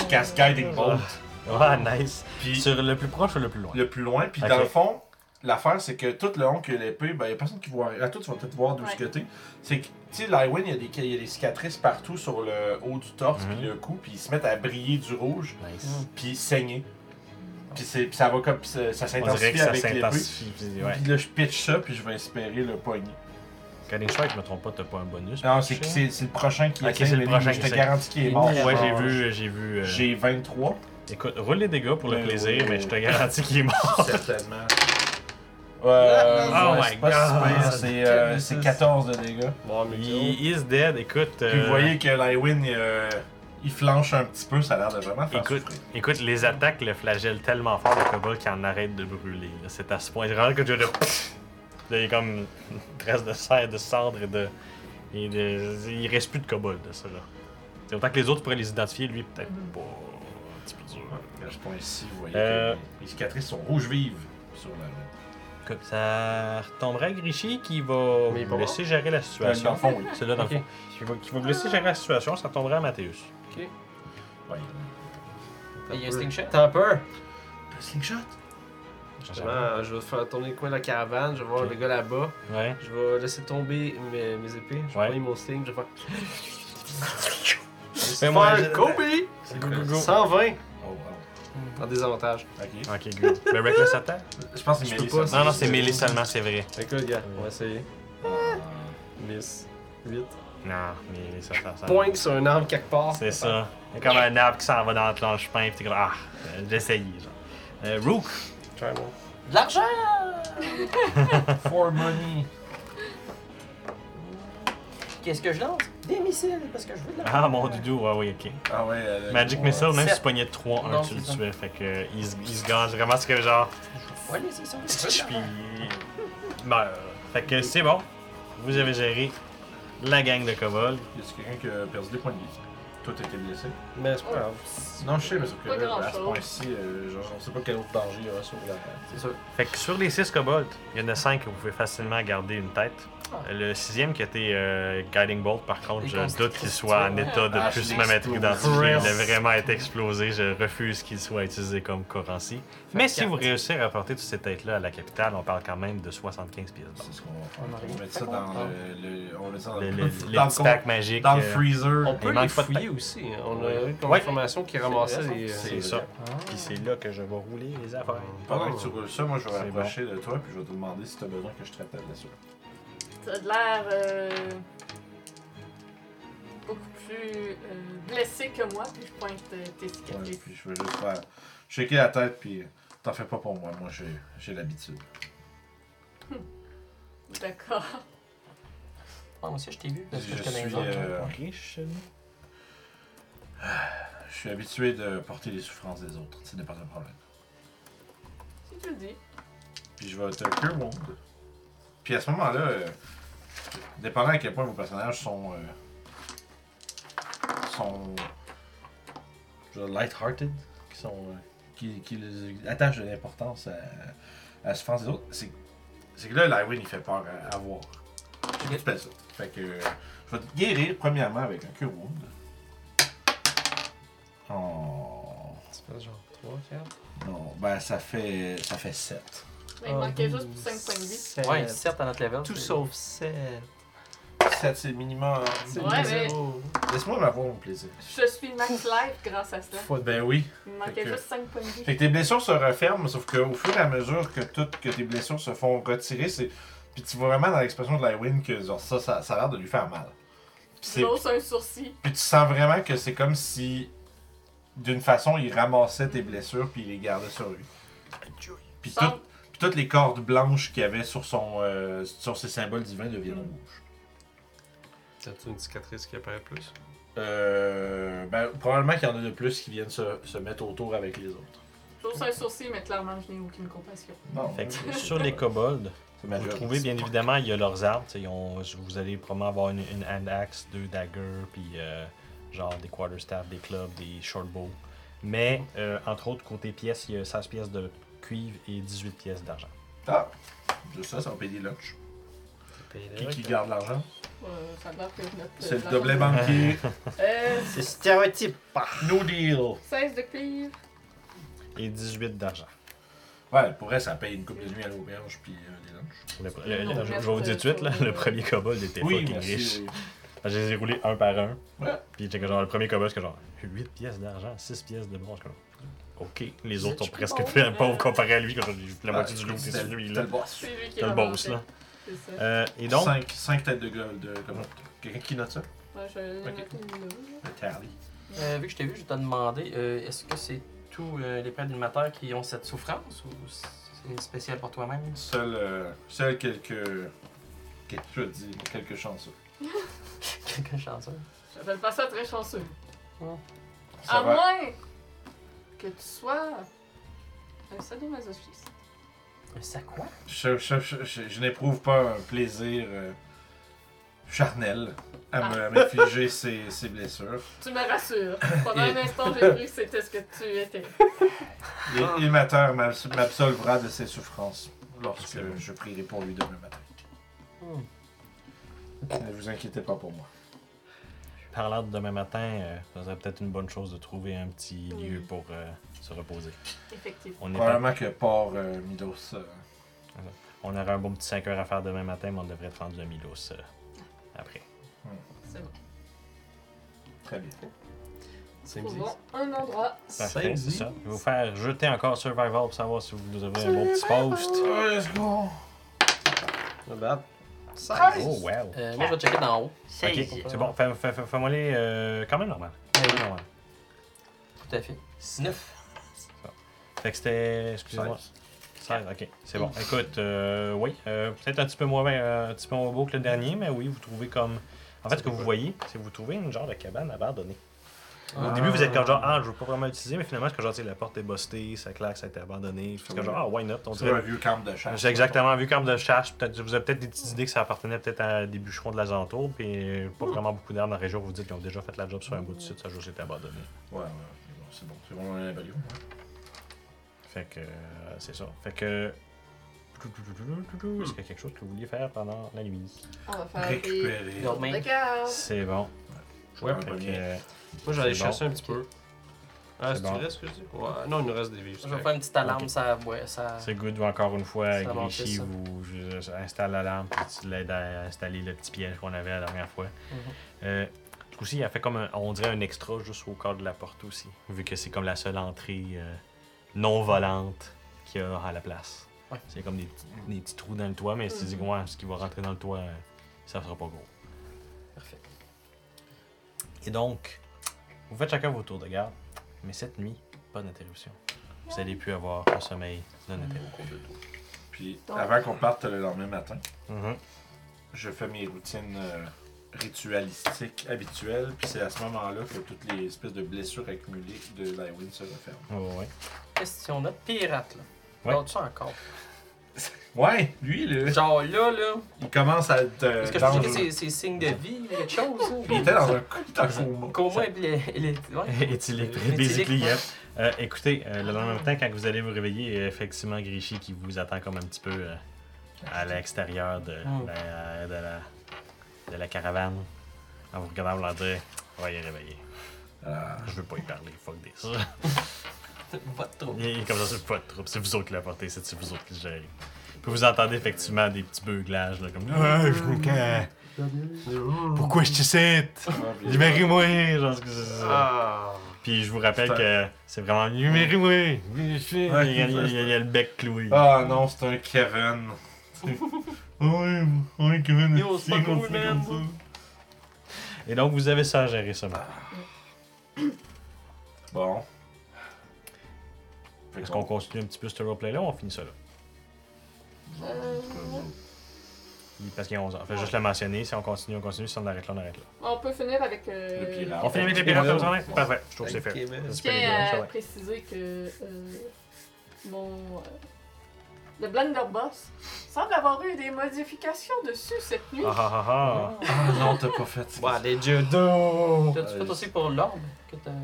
A: Jusqu'à Guiding Bolt.
B: Ouais, nice.
A: Puis
B: Ah, Sur le plus proche ou le plus loin
A: le plus loin. Puis
B: Ok.
A: dans le fond, l'affaire c'est que tout le long que l'épée, ben, il n'y a personne qui voit. À tout, tu vas peut-être voir de ce
C: Ouais.
A: côté. C'est que, tu sais, Lywin, il y, a des- il y a des cicatrices partout sur le haut du torse,
B: Mhm.
A: puis le cou, puis ils se mettent à briller du rouge
B: Nice.
A: puis saigner. Puis, c'est, puis ça va comme puis ça, ça
B: On dirait
A: s'intensifie
B: que ça
A: avec l'épée.
B: s'intensifie. puis Ouais.
A: Puis là, je pitch ça, puis je vais espérer le pogner.
B: Cunning Strike, je me trompe pas, t'as pas un bonus.
A: Non,
B: pour
A: c'est,
B: toucher?
A: c'est, c'est le prochain qui
B: Ok,
A: essaie,
B: c'est le
A: mais
B: prochain
A: Je
B: qui
A: te
B: essaie.
A: garantis qu'il est
D: Il
A: mort.
D: est
B: Ouais,
D: mort.
B: j'ai vu, j'ai vu. euh,
A: J'ai 23,
B: Écoute, roule les dégâts pour le
A: Ben
B: plaisir,
A: oui.
B: mais je te garantis qu'il est mort.
A: certainement. Euh,
B: Oh
A: ouais,
B: my
A: c'est pas si
B: God.
A: pire, c'est, euh, c'est 14 de dégâts.
B: Euh,
F: Bon, mais
B: Il is dead, écoute.
A: Puis
B: euh,
A: vous voyez que Lywin, il, euh, il flanche un petit peu, ça a l'air de vraiment faire
B: Écoute,
A: souffrir.
B: écoute, les attaques le flagellent tellement fort le kobold qu'il en arrête de brûler. là. C'est à ce point. J'ai que tu vois de. Là, il y a comme une trace de serre, de cendre et de. et de- Il reste plus de kobold de ça là. C'est autant que les autres pourraient les identifier, lui peut-être pas. Un petit peu dur.
A: À ce point-ci, vous voyez
B: Euh.
A: que les cicatrices sont rouges vives sur Lywin.
B: Écoute, ça retomberait à Grichy qui va
F: Mais il est pas
B: me laisser gérer la
A: Euh, Dans
B: situation.
A: le fond, oui.
B: Celui-là dans
D: Ok.
B: le fond. Qui va, qui va me laisser gérer la situation, ça tomberait à Mathéus.
A: Ouais.
D: Il y a un sting shot.
F: T'as un peu.
A: Le slingshot?
F: Justement, je vais faire tourner le coin de la caravane, je vais voir
B: Ok.
F: le gars là-bas,
B: Ouais.
F: je vais laisser tomber mes, mes épées, je vais
B: Ouais.
F: prendre mon sting, je vais faire.
B: Fais-moi un jet
F: Faire
B: de-
F: Kobe!
B: Go, go, go.
F: 120!
A: Oh, wow.
D: Hmm.
F: en désavantage.
A: Ok.
B: Ok, good. Le Reckless Attack
A: Je pense que
F: Je
A: c'est
F: peux
A: mêlé.
F: pas,
A: ça.
B: Non, non, c'est mêlé seulement, c'est vrai.
F: Écoute, gars, on va essayer.
A: Ah.
F: Miss. 8.
B: Non, mêlé seulement. ça-
F: Point sur une arme quelque part.
B: C'est ça. C'est comme un arbre qui s'en va dans le plan chemin, pis t'es comme, ah, euh, j'ai essayé, genre. Euh, Rook,
F: Try one.
D: De l'argent!
F: For money.
D: Qu'est-ce que je lance? Des missiles, parce que je veux de l'argent.
B: ah mon doudou, ah oui, ok.
A: Ah ouais. euh,
B: Magic
A: ouais.
B: Missile, même
D: Sept.
B: si tu pognais 3, 1,
D: Non,
B: tu le
D: c'est ça.
B: tuais, fait que il, se- il se gagne vraiment, c'est que genre,
D: Ouais, les c'est ça.
B: puis il meurt. Fait que c'est bon, vous avez géré la gang de Kobold.
A: Y a quelqu'un qui a perdu des points de vie Toi, t'étais blessé.
F: Mais c'est pas grave.
A: Non, je sais, mais sauf que
C: Pas
A: là, à ce
C: grand-chose.
A: point-ci, euh, genre, on sait pas quel autre danger il y aura sur la.
F: C'est sûr.
B: Fait que sur les 6 Kobolds, il y en a 5 que vous pouvez facilement garder une tête. Le sixième qui était euh, Guiding Bolt, par contre,
D: Et
B: je
D: consti-
B: doute qu'il soit en état de
A: Ah,
B: plus
A: je
B: me mettre
A: l'explose.
B: identifié. Il a vraiment été explosé. Je refuse qu'il soit utilisé comme currency. Mais si
F: quatre.
B: vous réussissez à apporter toutes ces têtes-là à la capitale, on parle quand même de 75 pièces d'or.
A: C'est ce qu'on va faire.
D: On
A: On va
D: arrive.
A: mettre ça dans le. le- On va mettre ça dans
B: Le,
A: le.
B: le,
A: dans
B: le
A: le
B: petit
A: con-
B: pack magique.
A: Dans le
B: euh,
A: freezer.
F: On peut
B: manque
F: les
B: pas de
F: fouiller aussi. hein. On a
B: Ouais.
F: eu comme
B: Ouais.
F: information qui
D: vrai,
F: ramassait
D: ça.
F: les. euh,
B: C'est ça.
D: Ah,
B: Puis c'est là que je vais rouler les affaires.
A: Pendant
F: Oh.
A: que tu roules ça, moi je vais
B: C'est bon.
A: rapprocher de toi puis je vais te demander si t'as besoin que je te rappelle là-dessus.
C: T'as de l'air euh, beaucoup plus euh, blessé que moi, puis je pointe euh, tes
A: Ouais,
C: cicatrices.
A: puis je vais juste faire. Shaker la tête puis euh, t'en fais pas pour moi, moi j'ai j'ai l'habitude.
C: D'accord.
D: Ah, moi aussi, je t'ai vu, parce que
A: Je
D: je connais les
A: suis,
D: autres.
A: euh,
B: Riche.
A: je suis habitué de porter les souffrances des autres, ce n'est pas un problème.
C: Si tu le dis.
A: Puis je vais te cure wound. Puis à ce moment-là, euh, dépendant à quel point vos personnages sont. euh, sont. je veux dire, light-hearted, qui sont. euh, qui, qui les- attachent de l'importance à, à la souffrance des autres, c'est c'est que là, l'Iwin, il fait peur à, à voir. C'est que tu fais ça. Fait que euh, je vais te guérir premièrement avec un cure wound. Oh.
F: C'est pas genre 3, 4.
A: Non, ben ça fait. ça fait 7.
C: Mais
A: Ah,
C: il manquait juste pour 5 points de vie.
D: Ouais, certes, à notre level.
F: Tout
D: c'est-
F: sauf 7.
A: 7, c'est hein. minimum.
C: Ouais, mais-
A: Laisse-moi m'avoir mon plaisir.
C: Je suis max life grâce à cela.
A: Ben oui.
C: Il me manquait
A: Fait que-
C: juste 5 points de vie.
A: Fait que tes blessures se referment, sauf qu'au fur et à mesure que toutes que tes blessures se font retirer, c'est. Puis tu vois vraiment dans l'expression de Lywin que genre, ça, ça, ça a l'air de lui faire mal. Puis c'est-
C: Je hausse un sourcil.
A: puis tu sens vraiment que c'est comme si, d'une façon, il ramassait tes blessures puis il les gardait sur lui. Puis, tout-
C: Semble-
A: puis toutes les cordes blanches qu'il y avait sur, son, euh, sur ses symboles divins deviennent rouges.
F: T'as-tu une cicatrice qui apparaît plus
A: Euh, ben, probablement qu'il y en a de plus qui viennent se, se mettre autour avec les autres.
C: Je hausse un sourcil, mais clairement, je n'ai aucune compassion.
A: Non, euh,
B: Fait que sur les kobolds,
A: c'est
B: Vous trouvez, bien évidemment, il y a leurs armes. tu sais, ils ont- vous allez probablement avoir une, une hand axe, deux daggers, puis euh, genre des quarterstaff, des clubs, des shortbows. Mais, euh, entre autres, côté pièces, il y a 16 pièces de cuivre et 18 pièces d'argent.
A: Ah, de ça, ça va payer des lunchs. Qui, qui garde l'argent
C: Euh, ça a l'air que notre.
A: C'est le
C: l'argent-
A: doublet banquier.
C: Euh,
E: C'est stéréotype.
A: no deal.
C: 16 de cuivre.
B: Et 18 d'argent.
A: Ouais, pour elle, ça paye une coupe de nuit à l'auberge puis euh, des lunchs.
B: Le- le-
C: Non,
B: le- je je vais vous dire tout de
C: merci,
B: suite, là,
C: euh,
B: le premier kobold était fucking riche.
A: oui.
B: Je les ai roulés un par un.
A: Ouais.
B: Puis j'étais genre, le premier kobold, c'était genre 8 pièces d'argent, 6 pièces de bronze. j'étais comme, Ok, les autres sont presque
C: bon,
B: plus
C: euh,
B: pauvres comparé à lui. quand j'ai- La
A: Ah,
B: moitié du loup,
A: c'était-
B: c'est
A: c'était
B: lui.
A: le
B: là.
A: boss.
C: C'est lui qui
B: T'as le boss,
C: ramassait.
B: là.
C: C'est ça.
B: Euh, et donc,
A: 5, têtes de gueule de. Comment Quelqu'un qui note ça
C: Ouais, je vais
A: Ok.
C: mettre une là.
A: Le tally.
D: Euh, vu que je t'ai vu, je t'ai demandé, euh, est-ce que c'est tous euh, les prêts animateurs qui ont cette souffrance ou c'est spécial pour toi-même?
A: Seul, euh, seul quelques. Quelques, je dis, quelques chanceux.
D: Quelqu'un chanceux.
C: J'appelle pas ça très chanceux.
A: Ça
C: à
A: va.
C: moins que tu sois un sadomasochiste.
D: Mais ça quoi?
A: Je, je- je- je- je n'éprouve pas un plaisir euh, charnel à me- à m'infliger ces ces blessures.
C: Tu me rassures. Pendant un instant, j'ai cru que c'était ce que tu étais.
A: Il, il m'atter- m'abs- m'absolvera de ses souffrances lorsque je prierai pour lui demain matin. Hmm. Ne vous inquiétez pas pour moi.
B: Parlant de demain matin, euh, ça serait peut-être une bonne chose de trouver un petit
C: Oui.
B: lieu pour euh, se reposer.
C: Effectivement.
B: On, est pas-
A: Probablement que Port euh, Midos. euh,
B: on aurait un bon petit 5 heures à faire demain matin, mais on devrait être rendu à Milos euh, après.
C: C'est bon.
A: très bien.
F: Samedi.
C: Trouvons un endroit.
B: Parfait, c'est
F: Samedi.
B: ça. Je vais vous faire jeter encore Survival pour savoir si vous nous avez un bon petit post.
A: Oh, let's go!
F: Not bad.
B: Oh, wow.
D: Euh, moi, je vais checker d'en haut.
E: 16.
B: Ok, c'est bon. Fais- fais- fais- Fais-moi les euh, quand même normal. Quand même normal.
D: Tout à fait. 9.
B: Fait que c'était. Excusez-moi. 16, ok, c'est bon. Écoute, euh, oui, euh, peut-être un petit peu moins bien, euh, un petit peu moins beau que le dernier, mais oui, vous trouvez comme. En fait, ce que vous voyez, c'est que vous trouvez une genre de cabane abandonnée. Au début, vous êtes comme genre, ah, je veux pas vraiment l'utiliser, mais finalement, c'est que genre, tu sais, la porte est bustée, ça claque, ça a été abandonné. Fait que genre, ah, why not? On
A: C'est un
B: dirait.
A: vieux camp de chasse.
B: J'ai exactement vu comme de charge. Peut-être, vous avez peut-être des petites idées que ça appartenait peut-être à des bûcherons de la alentour, puis pas vraiment beaucoup d'arbres dans la région. Vous dites qu'ils ont déjà fait la job sur un bout de site, ça a juste été abandonné.
A: Ouais, ouais, c'est bon. C'est bon, on hein. a la value.
B: Fait que euh, c'est ça. Fait que. Est-ce qu'il y a quelque chose que vous vouliez faire pendant la nuit?
C: On va faire des
A: Récupérer.
D: Dormir.
C: tours de
D: Ah.
C: garde.
B: C'est bon.
A: Ouais,
B: Fait que,
A: premier.
B: euh,
F: Moi, j'allais
B: C'est
F: chasser un petit peu. Ah,
B: C'est
F: si
B: bon.
F: tu restes, que je dis Ouais, non, il nous reste des vies.
D: Je vais faire une petite alarme, ça. Ouais, ça...
B: c'est good. Encore une fois,
D: Ah. Ça manquait,
B: Grishy
D: ça.
B: vous je- je- installe l'alarme puis tu l'aides à installer le petit piège qu'on avait la dernière fois.
D: Mhm.
B: Euh, du coup, aussi, il a fait comme un- on dirait un extra juste au corps de la porte aussi, vu que c'est comme la seule entrée euh, non volante qu'il y a à la place.
D: Ouais.
B: C'est comme des petits, des petits trous dans le toit, mais si tu dis que ouais, ce qui va rentrer dans le toit, euh, ça sera pas gros.
D: Parfait.
B: Et donc, vous faites chacun vos tours de garde, mais cette nuit, pas d'interruption. Vous allez plus avoir un sommeil non interrompu.
A: Puis
C: Donc-
A: avant qu'on parte le lendemain matin,
B: Mhm.
A: je fais mes routines euh, ritualistiques habituelles. Puis c'est à ce moment-là que toutes les espèces de blessures accumulées de Lywin se referment.
B: Ouais, ouais.
D: Question de pirate, là.
B: Ouais.
D: Ouais. tu encore?
A: Ouais, lui, là,
D: Genre là, là.
A: il commence à être. euh,
D: Est-ce que je peux
A: dans
D: checker
A: un-
D: ses, ses signes de vie, quelque chose? là?
A: Il était dans un dans un coma.
D: Coma épileptique.
B: Est électrique, basically, yep. Euh, écoutez, euh, le lendemain matin, quand vous allez vous réveiller, il y a effectivement Grichy qui vous attend comme un petit peu euh, à l'extérieur de,
D: Mm.
B: la, de, la, de la caravane. En vous regardant, vous leur dire Ouais, il est réveillé.
A: Ah.
B: Je veux pas y parler, fuck this.
D: Pas de trop.
B: Et comme ça, c'est pas de trouble. C'est vous autres qui l'apportez, c'est c'est vous autres qui le gérez. Puis vous entendez effectivement des petits beuglages, là, comme Ah, je comprends. Pourquoi je te cite Libérez-moi Genre, ce que c'est ça.
F: Ah.
B: Puis je vous rappelle que c'est vraiment Libérez-moi Je suis- Il y a- il y a- il y a- il y a le bec cloué.
A: Ah non, c'est un Kevin. oui, oui, Kevin.
D: Yo, c'est pas
A: il
D: cool,
A: continue comme
D: man.
A: ça.
B: Et donc, vous avez ça à gérer ce matin.
A: Bon. Fait
B: Est-ce qu'on continue un petit peu ce roleplay-là ou on finit ça là
C: Euh,
B: Parce qu'il y a 11 ans. Fait juste le mentionner. Si on continue, on continue. Si on arrête là, on arrête là.
C: on peut finir avec. euh,
A: Le pirate.
B: On finit avec les pirates, ça vous en est? Parfait. Je trouve que c'est fait.
F: Ok, man.
B: C'est
C: Je
B: super
C: tiens
B: rigolo, ça,
C: à
B: ouais.
C: préciser que euh, mon. euh, le Blender Boss semble avoir eu des modifications dessus cette nuit.
B: Ah ah ah ah.
A: Ah non, t'as pas fait ça.
F: Ouais, des judo.
D: T'as-tu fait aussi pour l'orbe que t'as. Non,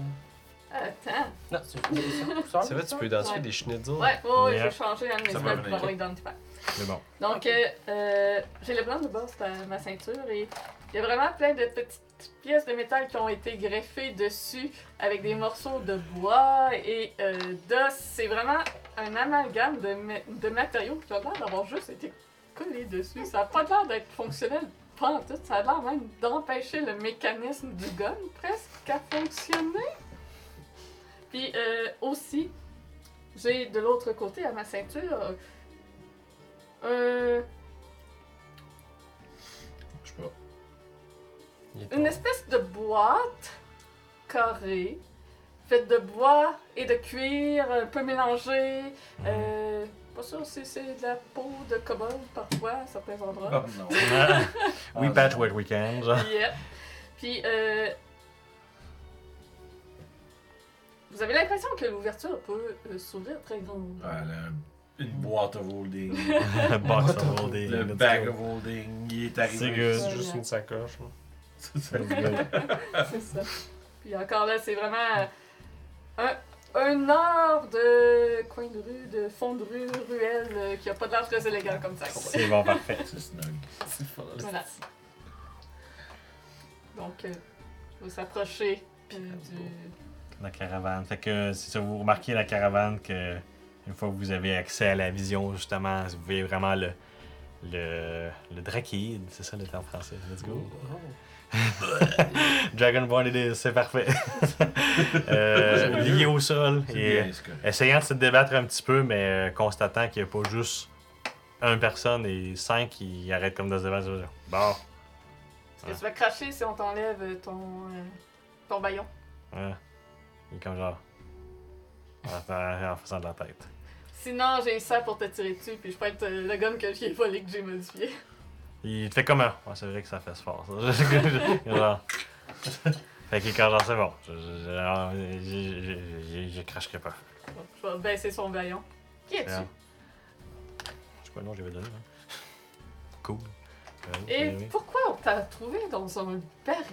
A: Ah.
C: Attends.
D: c'est juste ça.
F: C'est vrai, tu peux identifier
C: Ouais.
F: des schnitzels.
C: Ouais, ouais, ouais,
B: Yeah.
C: j'ai changé un de mes
A: Ça
C: stats
A: va
C: pour
A: venir.
C: avoir l'identifiant.
B: ah. C'est bon.
C: Donc, euh, euh, j'ai le blanc de base à ma ceinture et il y a vraiment plein de petites pièces de métal qui ont été greffées dessus avec des morceaux de bois et euh, d'os. C'est vraiment un amalgame de, ma- de matériaux qui ont l'air d'avoir juste été collés dessus. Ça n'a pas l'air d'être fonctionnel pas en tout. Ça a l'air même d'empêcher le mécanisme du gun presque à fonctionner. Puis euh, aussi, j'ai de l'autre côté à ma ceinture euh,
A: Je sais pas.
C: une espèce de boîte carrée, faite de bois et de cuir, un peu mélangée. Euh, pas sûr si c'est de la peau de cobalt parfois à certains endroits.
A: Ah non. Ah,
B: We patch what we can. genre.
C: Yep. Puis, euh, vous avez l'impression que l'ouverture peut euh, s'ouvrir très grande.
A: Ouais, le- Euh, Une boîte of holding.
B: Box of holding.
A: le
B: Let's
A: bag
B: go.
A: of holding. Il est
B: C'est
A: arrivé.
B: good.
F: C'est juste une sacoche. là.
B: Let's go.
C: C'est ça. Puis encore là, c'est vraiment un, un art de coin de rue, de fond de rue, ruelle, euh, qui a pas de l'air très élégant comme ça.
B: C'est bon, parfait.
A: C'est snug.
C: Voilà. Donc, euh, je vais s'approcher. Puis ah, du...
B: La caravane. Fait que si ça vous remarquez la caravane que une fois que vous avez accès à la vision justement, vous voyez vraiment le le, le drakéide, c'est ça le terme français. Let's go. Dragonborn, it is, c'est parfait. Euh, lié au sol.
A: C'est
B: Et
A: bien, Scott.
B: essayant de se débattre un petit peu, mais euh, constatant qu'il n'y a pas juste une personne et cinq qui arrêtent comme de se débattre. Bon,
C: Est-ce que tu vas cracher si on t'enlève euh, ton, euh, ton baillon?
B: hein. Il est comme genre. En, fa- en faisant de la tête.
C: Sinon, j'ai ça pour te tirer dessus, puis je peux être euh, le gomme que j'ai volé, que j'ai modifié.
B: Il te fait comme un. Ouais, c'est vrai que ça fait fort, ça. genre. Fait qu'il est comme genre, c'est bon. Je, je, je- je- je- je- je cracherai pas.
C: Donc, je vais baisser son baillon. Qui es-tu?
B: Bien. Je sais pas le nom que j'avais donné. hein. Cool. Ouais,
C: Et
B: j'ai aimé.
C: pourquoi on t'a trouvé dans un baril?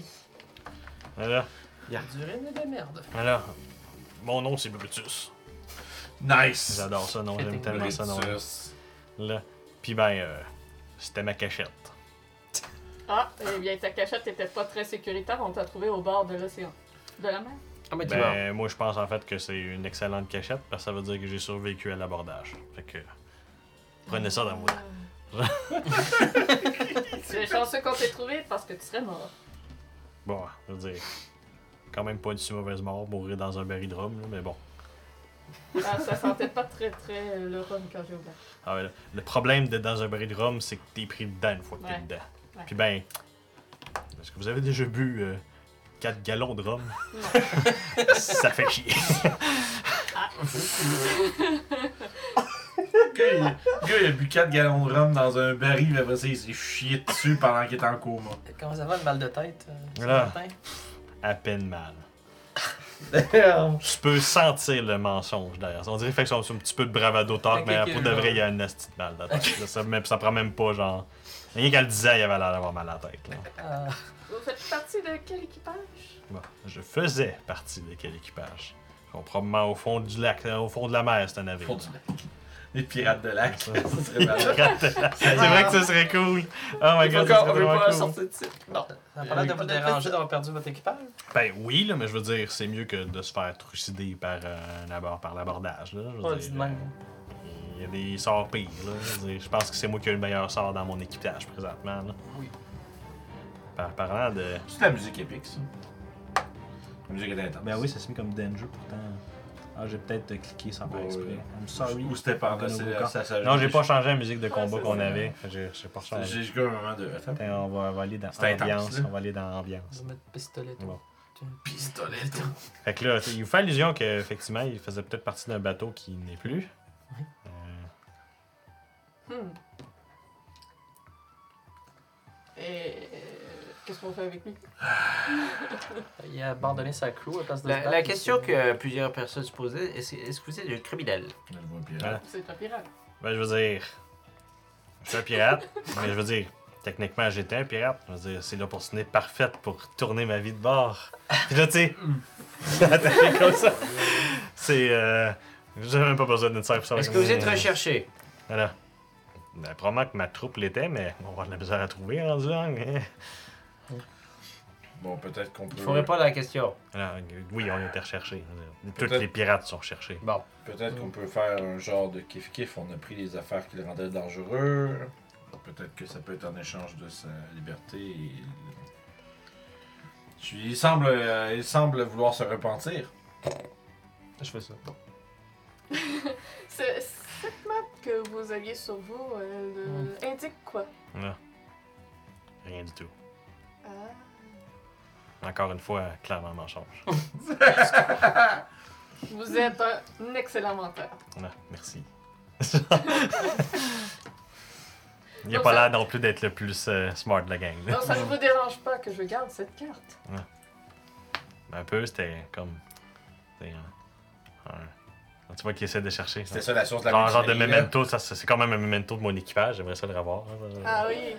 B: Alors,
D: Du règne de merde.
B: alors, mon nom c'est Brutus.
A: Nice!
B: J'adore ça, non, j'aime tellement ça, non.
A: Brutus.
B: Là. Puis ben, euh, c'était ma cachette.
C: Ah, eh bien, ta cachette était pas très sécuritaire, on t'a trouvé au bord de l'océan. De la mer?
F: Ah, mais tu m'as.
B: Ben, moi je pense en fait que c'est une excellente cachette parce que ça veut dire que j'ai survécu à l'abordage. Fait que, prenez ça dans vos dents.
C: tu es Euh. chanceux qu'on t'ait trouvé parce que tu serais mort.
B: Bon, je veux dire, quand même pas une si mauvaise mort, mourir dans un baril de rhum, là, mais bon.
C: Ah, ça sentait pas très très euh, le rhum quand j'ai ouvert.
B: Ah ouais, là, le problème d'être dans un baril de rhum, c'est que t'es pris dedans une fois que
C: Ouais.
B: t'es dedans.
C: Ouais.
B: Puis ben, est-ce que vous avez déjà bu 4 gallons de rhum?
C: Non.
B: Ça fait chier.
A: Le gars, il- le gars, il a bu 4 gallons de rhum dans un baril, mais après ça, il s'est chié dessus pendant qu'il était en coma.
D: Comment ça va le mal de tête euh, ce
B: Voilà.
D: matin?
B: À peine mal.
F: Damn!
B: Tu peux sentir le mensonge derrière ça. On dirait que c'est un petit peu de bravado talk,
D: Ok,
B: mais
D: ok,
B: pour
D: je
B: de
D: vois.
B: vrai, il y a une nasty de mal dans la tête. là. Ça, même- ça prend même pas genre. Rien qu'elle disait, il avait l'air d'avoir mal à la tête. là.
D: Ah,
C: Vous faites partie de quel équipage?
B: Bon, je faisais partie de quel équipage? Ils sont probablement au fond du lac, euh, au fond de la mer, c'est un navire.
A: Fond du lac. Les pirates de lac. ça serait malade.
B: c'est vrai que ce serait cool. Oh my god, ça
F: Encore,
B: serait
F: on veut
B: vraiment
F: pas
B: cool.
F: sortir de site. Non.
D: ça a pas l'air de vous déranger d'avoir perdu votre équipage.
B: Ben oui, là, mais je veux dire, c'est mieux que de se faire trucider par, euh, un abord, par l'abordage. là, je veux
D: On
B: dire,
D: dit Oh, de même.
B: euh, Il y a des sorts pires. Là, je, veux dire, je pense que c'est moi qui ai le meilleur sort dans mon équipage présentement. Là.
D: Oui.
B: Par parlant de.
A: C'est de la musique épique, ça. La musique est intense.
B: Ben ça se met comme danger pourtant. Ah, j'ai peut-être cliqué sans
A: faire exprès.
B: I'm
A: Ou c'était par là, c'est là, ça, ça-
B: Non, j'ai pas changé la musique de
C: Ouais,
B: combat
C: c'est
B: qu'on
C: ça.
B: avait. J'ai j'ai pas
A: J'ai
B: changé.
A: j'ai eu un moment de. Attends.
B: Attends, On va, on va aller dans
A: C'était intense,
B: ambiance.
A: là.
B: On va aller dans
D: On
B: ambiance.
D: va mettre pistolet. toi.
B: Bon.
D: Tu-
A: Pistolet.
B: Fait que là, tu- il vous fait allusion qu'effectivement, il faisait peut-être partie d'un bateau qui n'est plus.
D: Oui.
B: Euh,
C: Hmm. Et euh, qu'est-ce qu'on fait avec lui?
D: Il a abandonné sa crew à place de se
E: La,
D: battre,
E: la
D: il
E: question
D: s'est-
E: que plusieurs personnes se posaient, est-ce est-ce que vous êtes un criminel?
A: Je le vois pirate.
B: Voilà.
C: C'est un pirate.
B: Ben, je veux dire, je suis un pirate, mais je veux dire, techniquement, j'étais un pirate. Je veux dire, c'est l'opportunité parfaite pour tourner ma vie de bord. Puis là, tu sais, attaquer comme ça. C'est. Euh, J'ai même pas besoin d'une serre pour savoir
E: Est-ce que
B: comment-
E: vous êtes recherché?
B: Voilà. Ben, probablement que ma troupe l'était, mais on va avoir de la misère à trouver rendu là. hein. mais-
A: Bon, peut-être qu'on peut.
E: Il faut répondre à la question.
B: Alors, oui, on était recherchés. Tous
A: Peut-être.
B: les pirates sont recherchés.
E: Bon.
A: Peut-être qu'on peut faire un genre de kiff-kiff. On a pris les affaires qui le rendaient dangereux. Peut-être que ça peut être en échange de sa liberté. et- Je- Il semble, euh, il semble vouloir se repentir.
F: Ah, Je fais ça.
C: Ce- cette map que vous aviez sur vous euh, le- indique quoi?
B: Voilà. Rien du tout.
C: Ah.
B: Encore une fois, clairement mensonge.
C: Vous êtes un excellent menteur.
B: Ah, merci. Il a
C: Donc
B: pas
C: ça-
B: l'air non plus d'être le plus euh, smart de la gang. là.
C: Non, ça ne vous dérange pas que je garde cette carte.
B: Un peu, c'était comme. c'était un- un- quand tu vois qu'il essaie de chercher.
A: C'était
B: Genre,
A: ça la source de la hein.
B: genre de
A: mutinerie, là.
B: memento, ça, ça, c'est quand même un memento de mon équipage, j'aimerais ça le revoir. euh.
C: Ah oui,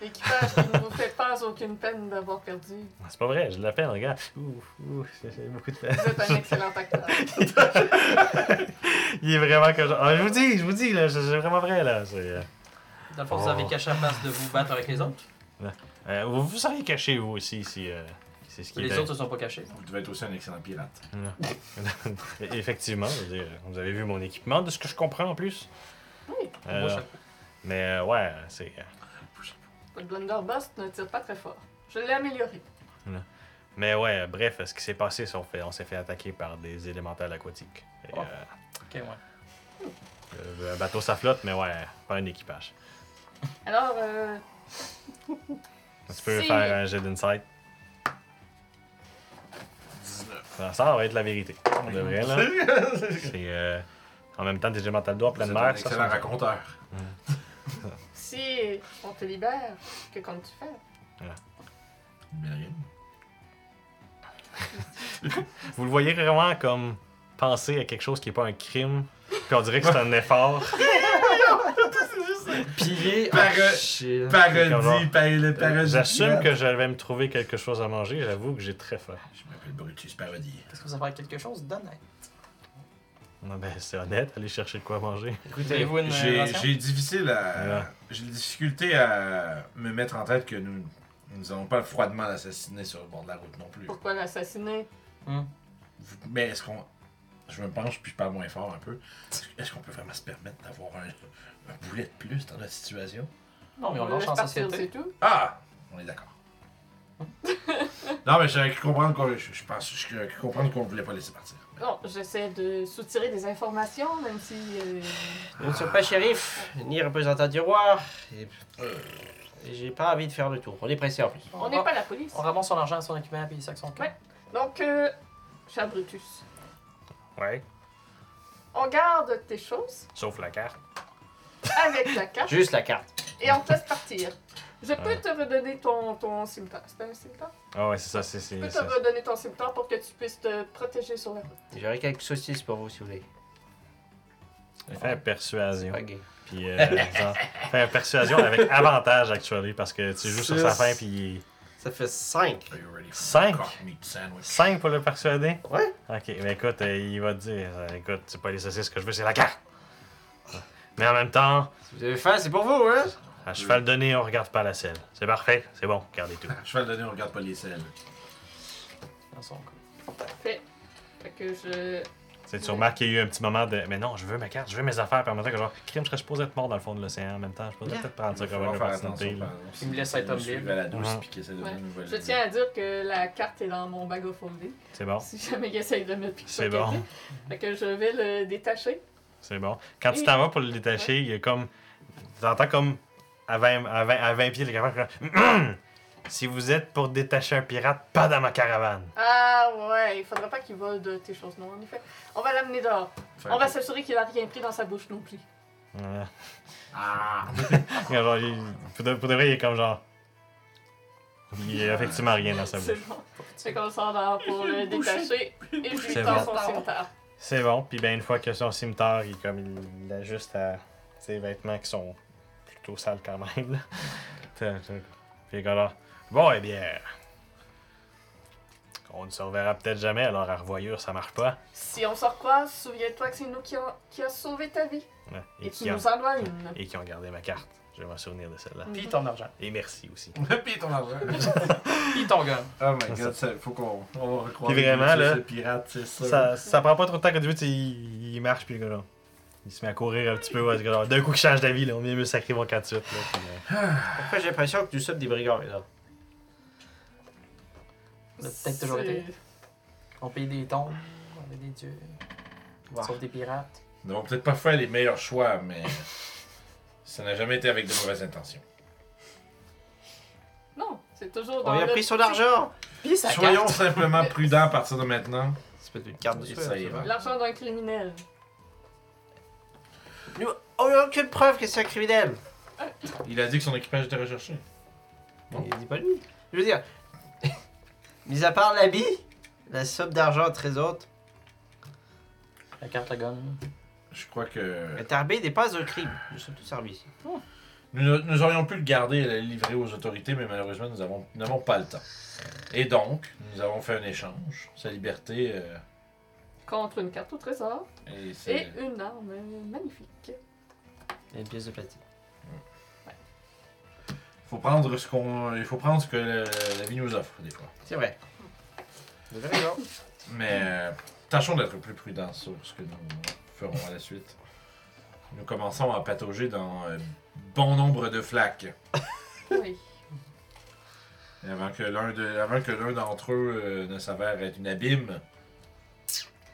C: l'équipage qui ne vous fait pas aucune peine d'avoir perdu.
B: C'est pas vrai, je l'appelle, regarde. Ouh, ouh, j'ai j'ai beaucoup de peine.
C: Vous êtes un excellent acteur.
B: Il est vraiment comme. Ah, je vous dis, je vous dis, là, c'est c'est vraiment vrai, là. c'est, euh,
D: Dans le fond, vous
B: Oh.
D: avez caché à place de vous battre avec les autres.
B: euh, vous vous seriez caché, vous aussi, si. euh, c'est ce qui
D: Les
B: était-
D: autres se sont pas cachés.
A: Vous devez être aussi un excellent pirate.
B: E-, Effectivement, je veux dire, vous avez vu mon équipement, de ce que je comprends en plus.
C: Oui.
B: Euh,
D: Moi,
B: mais euh, ouais, c'est.
C: Votre blunderbuss ne tire pas très fort. Je l'ai amélioré.
B: Mais ouais, bref, ce qui s'est passé, c'est qu'on fait- on s'est fait attaquer par des élémentales aquatiques. Et,
D: Oh.
B: euh,
D: Ok, ouais.
B: le bateau, ça flotte, mais ouais, pas un équipage.
C: Alors, euh,
B: Tu peux
C: Si.
B: faire un jet d'insight. 19. Ça, ça va être la vérité.
D: Oh
B: On devrait, là. C'est. euh, en même temps, des élémentales d'eau en pleine
A: C'est
B: mer.
A: un
B: ça, ça-
A: excellent raconteur.
C: si on te libère, que comptes-tu faire?
B: Vous le voyez vraiment comme penser à quelque chose qui n'est pas un crime, puis on dirait que c'est un effort.
D: Pillé.
A: Par-
E: euh,
D: oh, shit.
A: Parodie, par le parodie.
B: Euh, J'assume que je vais me trouver quelque chose à manger, j'avoue que j'ai très faim.
A: Je m'appelle Brutus Parodie.
D: Est-ce que vous avez quelque chose d'honnête?
B: Non, ben, c'est honnête, aller chercher de quoi manger.
D: Écoutez, vous une
A: J'ai
D: ration?
A: j'ai difficile
B: Ouais.
A: à. J'ai de difficulté à me mettre en tête que nous. Nous n'allons pas froidement l'assassiner sur le bord de la route non plus.
C: Pourquoi l'assassiner?
A: Mais est-ce qu'on. Je me penche puis je parle moins fort un peu. Est-ce- Est-ce qu'on peut vraiment se permettre d'avoir un, un boulet de plus dans la situation?
D: Non, mais on
C: le
D: lâche
C: laisse
D: en
C: partir,
D: société.
C: C'est tout.
A: Ah! On est d'accord. non, mais j'ai cru comprendre qu'on. Je je pense j'ai cru comprendre qu'on voulait pas laisser partir.
C: Non, j'essaie de soutirer des informations, même si. euh,
E: Je ne suis pas shérif, ni représentant du roi. Et, et j'ai pas envie de faire le tour. On est pressé en plus.
C: on n'est pas la police.
D: On ramasse son argent, son équipement, puis il sac son camp.
C: Ouais. Donc, euh, cher Brutus,
B: Ouais.
C: on garde tes choses
B: Sauf la carte.
C: avec la carte
E: Juste la carte.
C: et on te laisse partir. Je peux
B: Ouais.
C: te redonner ton, ton cimetière. C'est un cimetière?
B: Ah ouais, c'est ça, c'est. c'est-
C: Je peux te
B: ça-
C: redonner ton cimetière pour que tu puisses te protéger sur la route.
E: J'aurais quelques saucisses pour vous si vous voulez.
B: Fais un persuasion.
E: Ok.
B: Puis, euh, genre, fais un persuasion avec avantage, actuellement, parce que tu joues sur sa fin, puis.
E: Ça fait 5.
A: Are you ready for
B: Cinq.
A: cock meat sandwich?
B: 5 pour le persuader?
E: Ouais.
B: Ok, mais écoute, euh, il va te dire, euh, écoute, c'est pas les saucisses que je veux, c'est la carte. Mais en même temps,
E: Si vous avez faim, c'est pour vous, hein?
B: à cheval donné, on regarde pas la selle. C'est parfait, c'est bon, gardez tout.
A: Je vais le donner, on regarde pas les selles.
D: Dans son cou.
C: Fait que je.
B: C'est tu remarques qu'il y a eu un petit moment de, mais non, je veux ma carte, je veux mes affaires, puis en même temps, que genre, crime, je serais supposé être mort dans le fond de l'océan en même temps, je pourrais peut-être prendre ça
A: Il
B: comme
A: va
B: une
A: faire
B: opportunité.
A: attention.
B: là.
A: par exemple,
D: Il me laisse
A: si
D: être
A: on
D: homme
A: suit
D: libre.
A: à la douce
B: Ouais.
A: puis qu'il essaie de
C: Ouais.
A: donner une nouvelle
C: Je tiens à dire que la carte est dans mon bag foldé.
B: C'est bon,
C: Si jamais il essaye de me piquer.
B: c'est bon,
C: Fait que je vais le détacher.
B: c'est bon. Quand tu t'en vas pour le détacher, il y a comme, t'entends comme à 20, à 20, à 20 pieds, le gars Si vous êtes pour détacher un pirate, pas dans ma caravane.
C: Ah ouais, il faudra pas qu'il vole de tes choses, non, en effet. On va l'amener dehors. On va s'assurer qu'il a rien pris dans sa bouche non plus.
B: Voilà.
A: Ah!
B: Il y a genre, il- pour, de, pour de vrai, il est comme genre. Il y a effectivement rien dans sa
C: C'est
B: bouche.
C: bon. Fait qu'on le sort dehors pour le détacher et je
B: C'est
C: lui tends
B: bon.
C: son cimetière.
B: C'est bon, puis ben une fois que son cimetière, il, comme, il, il ajuste à ses vêtements qui sont plutôt sales quand même. là. T'as- t'as- Puis il est comme genre, Bon, eh bien. On ne se reverra peut-être jamais, alors à revoyure, ça marche pas.
C: Si on se recroise, souviens-toi que c'est nous qui, avons- qui a sauvé ta vie.
B: Ouais,
C: Et, tu
B: qui ont,
C: nous en Mm. dois une.
B: et qui ont gardé ma carte. Je vais m'en souvenir de celle-là.
D: Pis ton argent.
B: Et merci aussi.
A: Puis ton argent.
D: Pis ton gun.
A: Oh my god, ça, faut qu'on on va recroiser
B: Puis vraiment,
A: Brutus
B: là,
A: le pirate, c'est ça.
B: Ça, ça prend pas trop de temps que tu il, il marche, puis le gars, là, il se met à courir un petit peu. ouais, le gars, là, D'un coup, il change d'avis, là, on vient me sacrer mon 4 suite. Là, puis, euh,
E: Pourquoi j'ai l'impression que nous sommes des brigands, là?
D: On a peut-être toujours été. On paye des tombes, on avait des dieux, on
B: Bah.
E: Wow.
D: sauve des pirates.
A: Nous n'avons peut-être pas fait les meilleurs choix, mais ça n'a jamais été avec de mauvaises intentions.
C: Non, c'est toujours dans
E: On lui a
C: le
E: pris son
C: petit-
E: argent!
D: Pis sa
A: Soyons
D: carte.
A: simplement prudents à partir de maintenant.
E: C'est peut-être une carte de
A: Et
E: soin,
A: ça ira.
C: L'argent d'un criminel.
E: Nous, on n'a aucune preuve que c'est un criminel!
A: Il a dit que son équipage était recherché. Non.
E: Il dit pas lui. Je veux dire, mis à part l'habit, la somme d'argent très haute,
D: La carte, Mmh, la gun.
A: Je crois que
E: le tarbé n'est pas un crime. Nous sommes tous armés ici.
A: nous, nous aurions pu le garder et le livrer aux autorités, mais malheureusement, nous avons- nous n'avons pas le temps. Et donc, nous avons fait un échange. Sa liberté euh,
C: Contre une carte au trésor
A: et c'est-
C: et une arme magnifique.
E: Il y a une pièce de plastique.
A: faut prendre ce qu'on, il faut prendre ce que le- la vie nous offre des fois.
E: C'est vrai. Vous avez raison.
A: Mais euh, tâchons d'être plus prudents sur ce que nous ferons à la suite. Nous commençons à patauger dans euh, bon nombre de flaques.
C: Oui.
A: Et avant que l'un de- avant que l'un d'entre eux euh, ne s'avère être une abîme.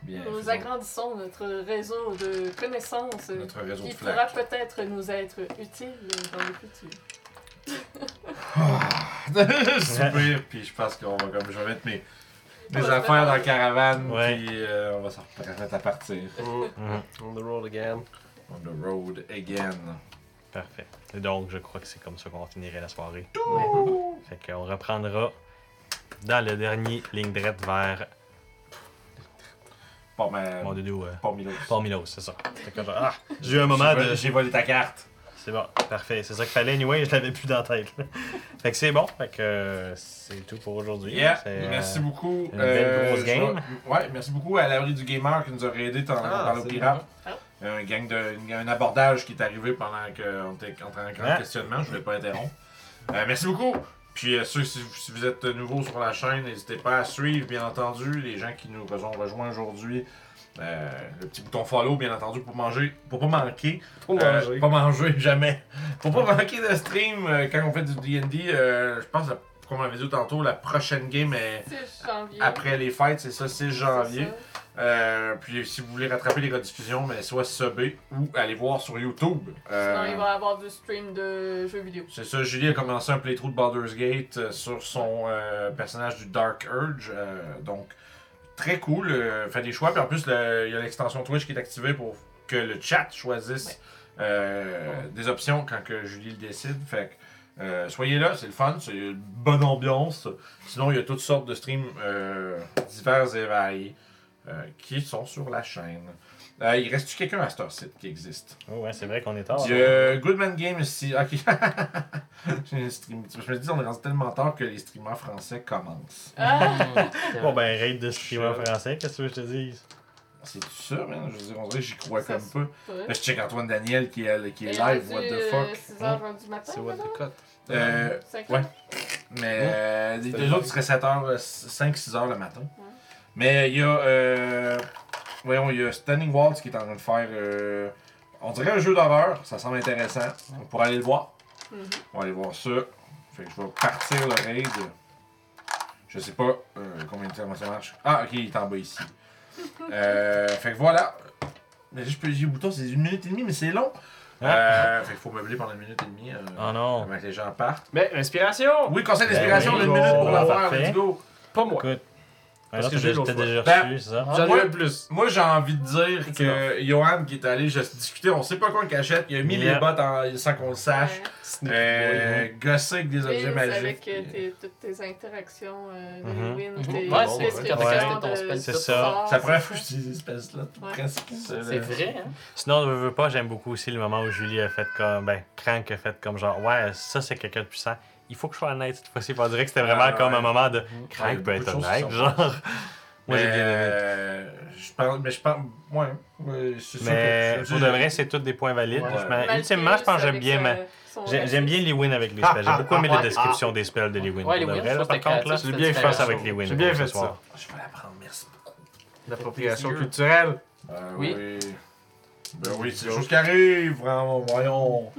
A: Bien,
C: Nous
A: faisons
C: agrandissons notre réseau de connaissances euh,
A: notre réseau de
C: qui pourra
A: flaques.
C: peut-être nous être utile euh, dans le futur.
A: Soupir, puis je pense qu'on va comme je vais mettre mes, mes
C: On va se
A: affaires dans
C: mettre-
A: la caravane,
B: Ouais.
A: puis euh, on va se remettre à partir.
B: Mhm.
F: On the road again.
A: On the road again.
B: Parfait. Et donc, je crois que c'est comme ça qu'on finirait la soirée.
D: Ouais.
B: Fait qu'on reprendra dans le dernier ligne droite vers
A: Pas mal.
B: mon doudou, euh,
A: Pas Milos.
B: Paul Milos, c'est ça. Fait que genre, ah, j'ai eu un moment
A: J'ai volé-
B: de.
A: J'ai volé ta carte.
B: C'est bon, parfait. C'est ça qu'il fallait, anyway, je l'avais plus dans la tête. là. fait que c'est bon, fait que euh, c'est tout pour aujourd'hui.
A: Yeah,
B: C'est, euh,
A: merci beaucoup.
B: une belle grosse
A: je vais-
B: game.
A: Ouais, merci beaucoup à l'abri du gamer qui nous aurait aidé dans,
F: Ah,
A: dans le
F: c'est Ah.
A: pirate. Euh,
C: bien.
A: Un, gang de, une- un abordage qui est arrivé pendant qu'on était en train de
B: Ouais.
A: questionnement, je ne voulais pas interrompre. Euh, merci beaucoup. Puis euh, ceux, si, vous- si vous êtes nouveaux sur la chaîne, n'hésitez pas à suivre, bien entendu. Les gens qui nous ont rejoints aujourd'hui, euh, le petit bouton follow, bien entendu, pour manger, pour pas manquer.
F: Pour
A: Euh,
F: manger.
A: pas manger, jamais. Pour pas manquer de stream euh, quand on fait du DD, euh, je pense, la- comme on avait dit tantôt, la prochaine game est
C: 6 janvier.
A: après les fêtes, c'est ça, 6
C: c'est
A: janvier.
C: ça.
A: Euh, puis si vous voulez rattraper les rediffusions, mais soit subber ou aller voir sur YouTube. Euh,
C: Sinon, il va y avoir du stream de jeux vidéo.
A: c'est ça, Julie a commencé un playthrough de Baldur's Gate euh, sur son euh, personnage du Dark Urge. euh, donc, très cool. euh, fait des choix. Puis en plus, le- il y a l'extension Twitch qui est activée pour que le chat choisisse euh, des options quand que Julie le décide. Fait que, euh, soyez là, c'est le fun. C'est une bonne ambiance. Sinon, il y a toutes sortes de streams euh, divers et variés euh, qui sont sur la chaîne. Euh, il reste-tu quelqu'un à Star City qui existe?
B: oh, Ouais, Ah, ouais, c'est vrai qu'on est tard. hein.
A: Il y a euh, Goodman Game si. Ok. J'ai un stream. Je me dis, on est rendu tellement tard que les streamers français commencent.
C: Ah,
B: Bon, ben, raid de streamer français, qu'est-ce que tu veux que je te dise?
A: C'est tout ça, man. Je veux dire, on dirait que j'y crois
C: Ça
A: comme
C: se
A: peu.
C: ouais.
A: Là, je check Antoine Daniel qui est, qui est live. What the fuck.
C: 6 h du matin.
F: C'est what the cut.
A: Euh,
C: Cinq
A: ouais.
C: heures.
A: mais euh, les
F: C'est
A: deux
F: vrai.
A: autres, seraient 7 heures, euh, 5, 6 heures le matin.
C: Ouais.
A: Mais il y a. euh, voyons, il y a Standing Waltz qui est en train de faire. euh, on dirait un jeu d'horreur. Ça semble intéressant. On pourrait aller le voir.
C: Mhm.
A: On va aller voir ça. Fait que je vais partir le raid. Je sais pas euh, combien de temps ça marche. Ah, ok, il est en bas ici. Euh, fait que voilà. Mais je peux j'ai le bouton, c'est une minute et demie, mais c'est long. Euh, fait qu'il faut meubler pendant une minute et demie. euh,
B: Oh non.
A: Avant que les gens partent.
F: Mais inspiration!
A: Oui, conseil d'inspiration,
B: Ben oui.
A: une minute pour
B: Bon,
A: la faire.
B: parfait.
A: Let's go.
F: Pas moi.
B: Écoute. Ah,
F: Parce
B: non,
F: que
B: t'as
F: j'ai
B: déjà,
F: l'autre
B: t'as
F: fois.
B: déjà
A: Ben,
B: reçu, c'est ça?
D: Ah,
F: J'en ai
A: Moi-
F: un plus.
A: Moi, j'ai envie de dire que Johan qui est allé juste discuter, on sait pas quoi en cachette, il a mis
B: Yeah.
A: les bottes en- sans qu'on le sache.
C: Ouais.
A: Euh,
D: hein.
A: gosser avec des objets
C: Vince,
A: magiques.
C: avec euh, tes- toutes tes interactions, euh,
B: Mhm.
C: les wins,
D: Mhm.
C: tes
D: Ouais,
F: c'est
C: descriptions
B: vrai. Ouais.
C: de-
D: Ton spell
B: C'est
C: de
B: ça.
C: sorts,
A: Ça prend un
C: c'est
A: fou ces espèces-là.
C: Ouais.
A: Presque. ça,
D: C'est
B: ben,
A: là.
D: vrai, hein?
B: Sinon, je veux pas, j'aime beaucoup aussi le moment où Julie a fait comme. Ben, Crank a fait comme genre, ouais, ça c'est quelqu'un de puissant. Il faut que je sois honnête cette fois-ci. Puis On dirait que c'était vraiment
A: Ah,
B: comme
A: ouais.
B: un moment de.
A: Ouais,
B: Crank peut
A: beaucoup de
B: être
A: choses
B: honnête,
A: qui sont-
B: genre. Moi, j'ai
A: Mais,
B: bien aimé.
A: euh, je parle, mais je parle. Ouais, hein. ouais je suis sûr
B: Mais
A: que- je-
B: pour de vrai, c'est tous des points valides.
A: Ouais.
B: Je m'en-
C: Malchus
B: ultimement, je pense que j'aime
C: avec,
B: bien, ma-
C: euh, son
B: j'ai- j'aime bien les wins avec les
F: Ah,
B: spells. J'ai
F: ah,
B: beaucoup
F: ah,
B: aimé
F: ouais,
B: la description des spells de les wins.
D: Ouais, les
B: Pour de
D: wins,
B: vrai,
D: je
B: là,
D: pense
B: par
D: que
B: contre, là,
D: c'était
F: j'ai bien
B: je
D: créatif,
F: fait
B: pense
D: c'était
F: ça.
B: avec les wins.
F: J'ai bien
B: pour ce
F: fait
B: soir.
A: Je vais la prendre, merci beaucoup.
F: L'appropriation
D: Des yeux.
F: culturelle.
A: Euh,
D: Oui.
A: Ben oui, c'est des choses qui arrivent, vraiment, voyons.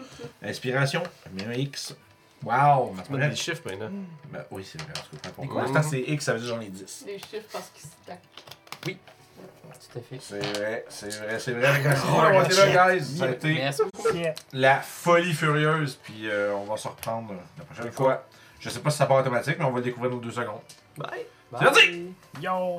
A: Inspiration, MX. Wow, ma
F: Tu mets
A: première.
F: des chiffres maintenant.
A: Ben oui, c'est vrai, en tout cas.
D: Des
A: Pour
D: quoi?
A: l'instant, c'est X, ça veut dire j'en ai 10.
C: Les chiffres parce qu'ils se tacent.
D: Tout à fait.
A: C'est vrai, c'est vrai, c'est vrai. Merci d'avoir été là, guys. Ça a été
D: Merci beaucoup.
A: la folie furieuse, puis euh, on va se reprendre la prochaine fois. Je sais pas si ça part automatique, mais on va le découvrir dans deux secondes.
F: Bye.
A: C'est parti!
B: Yo!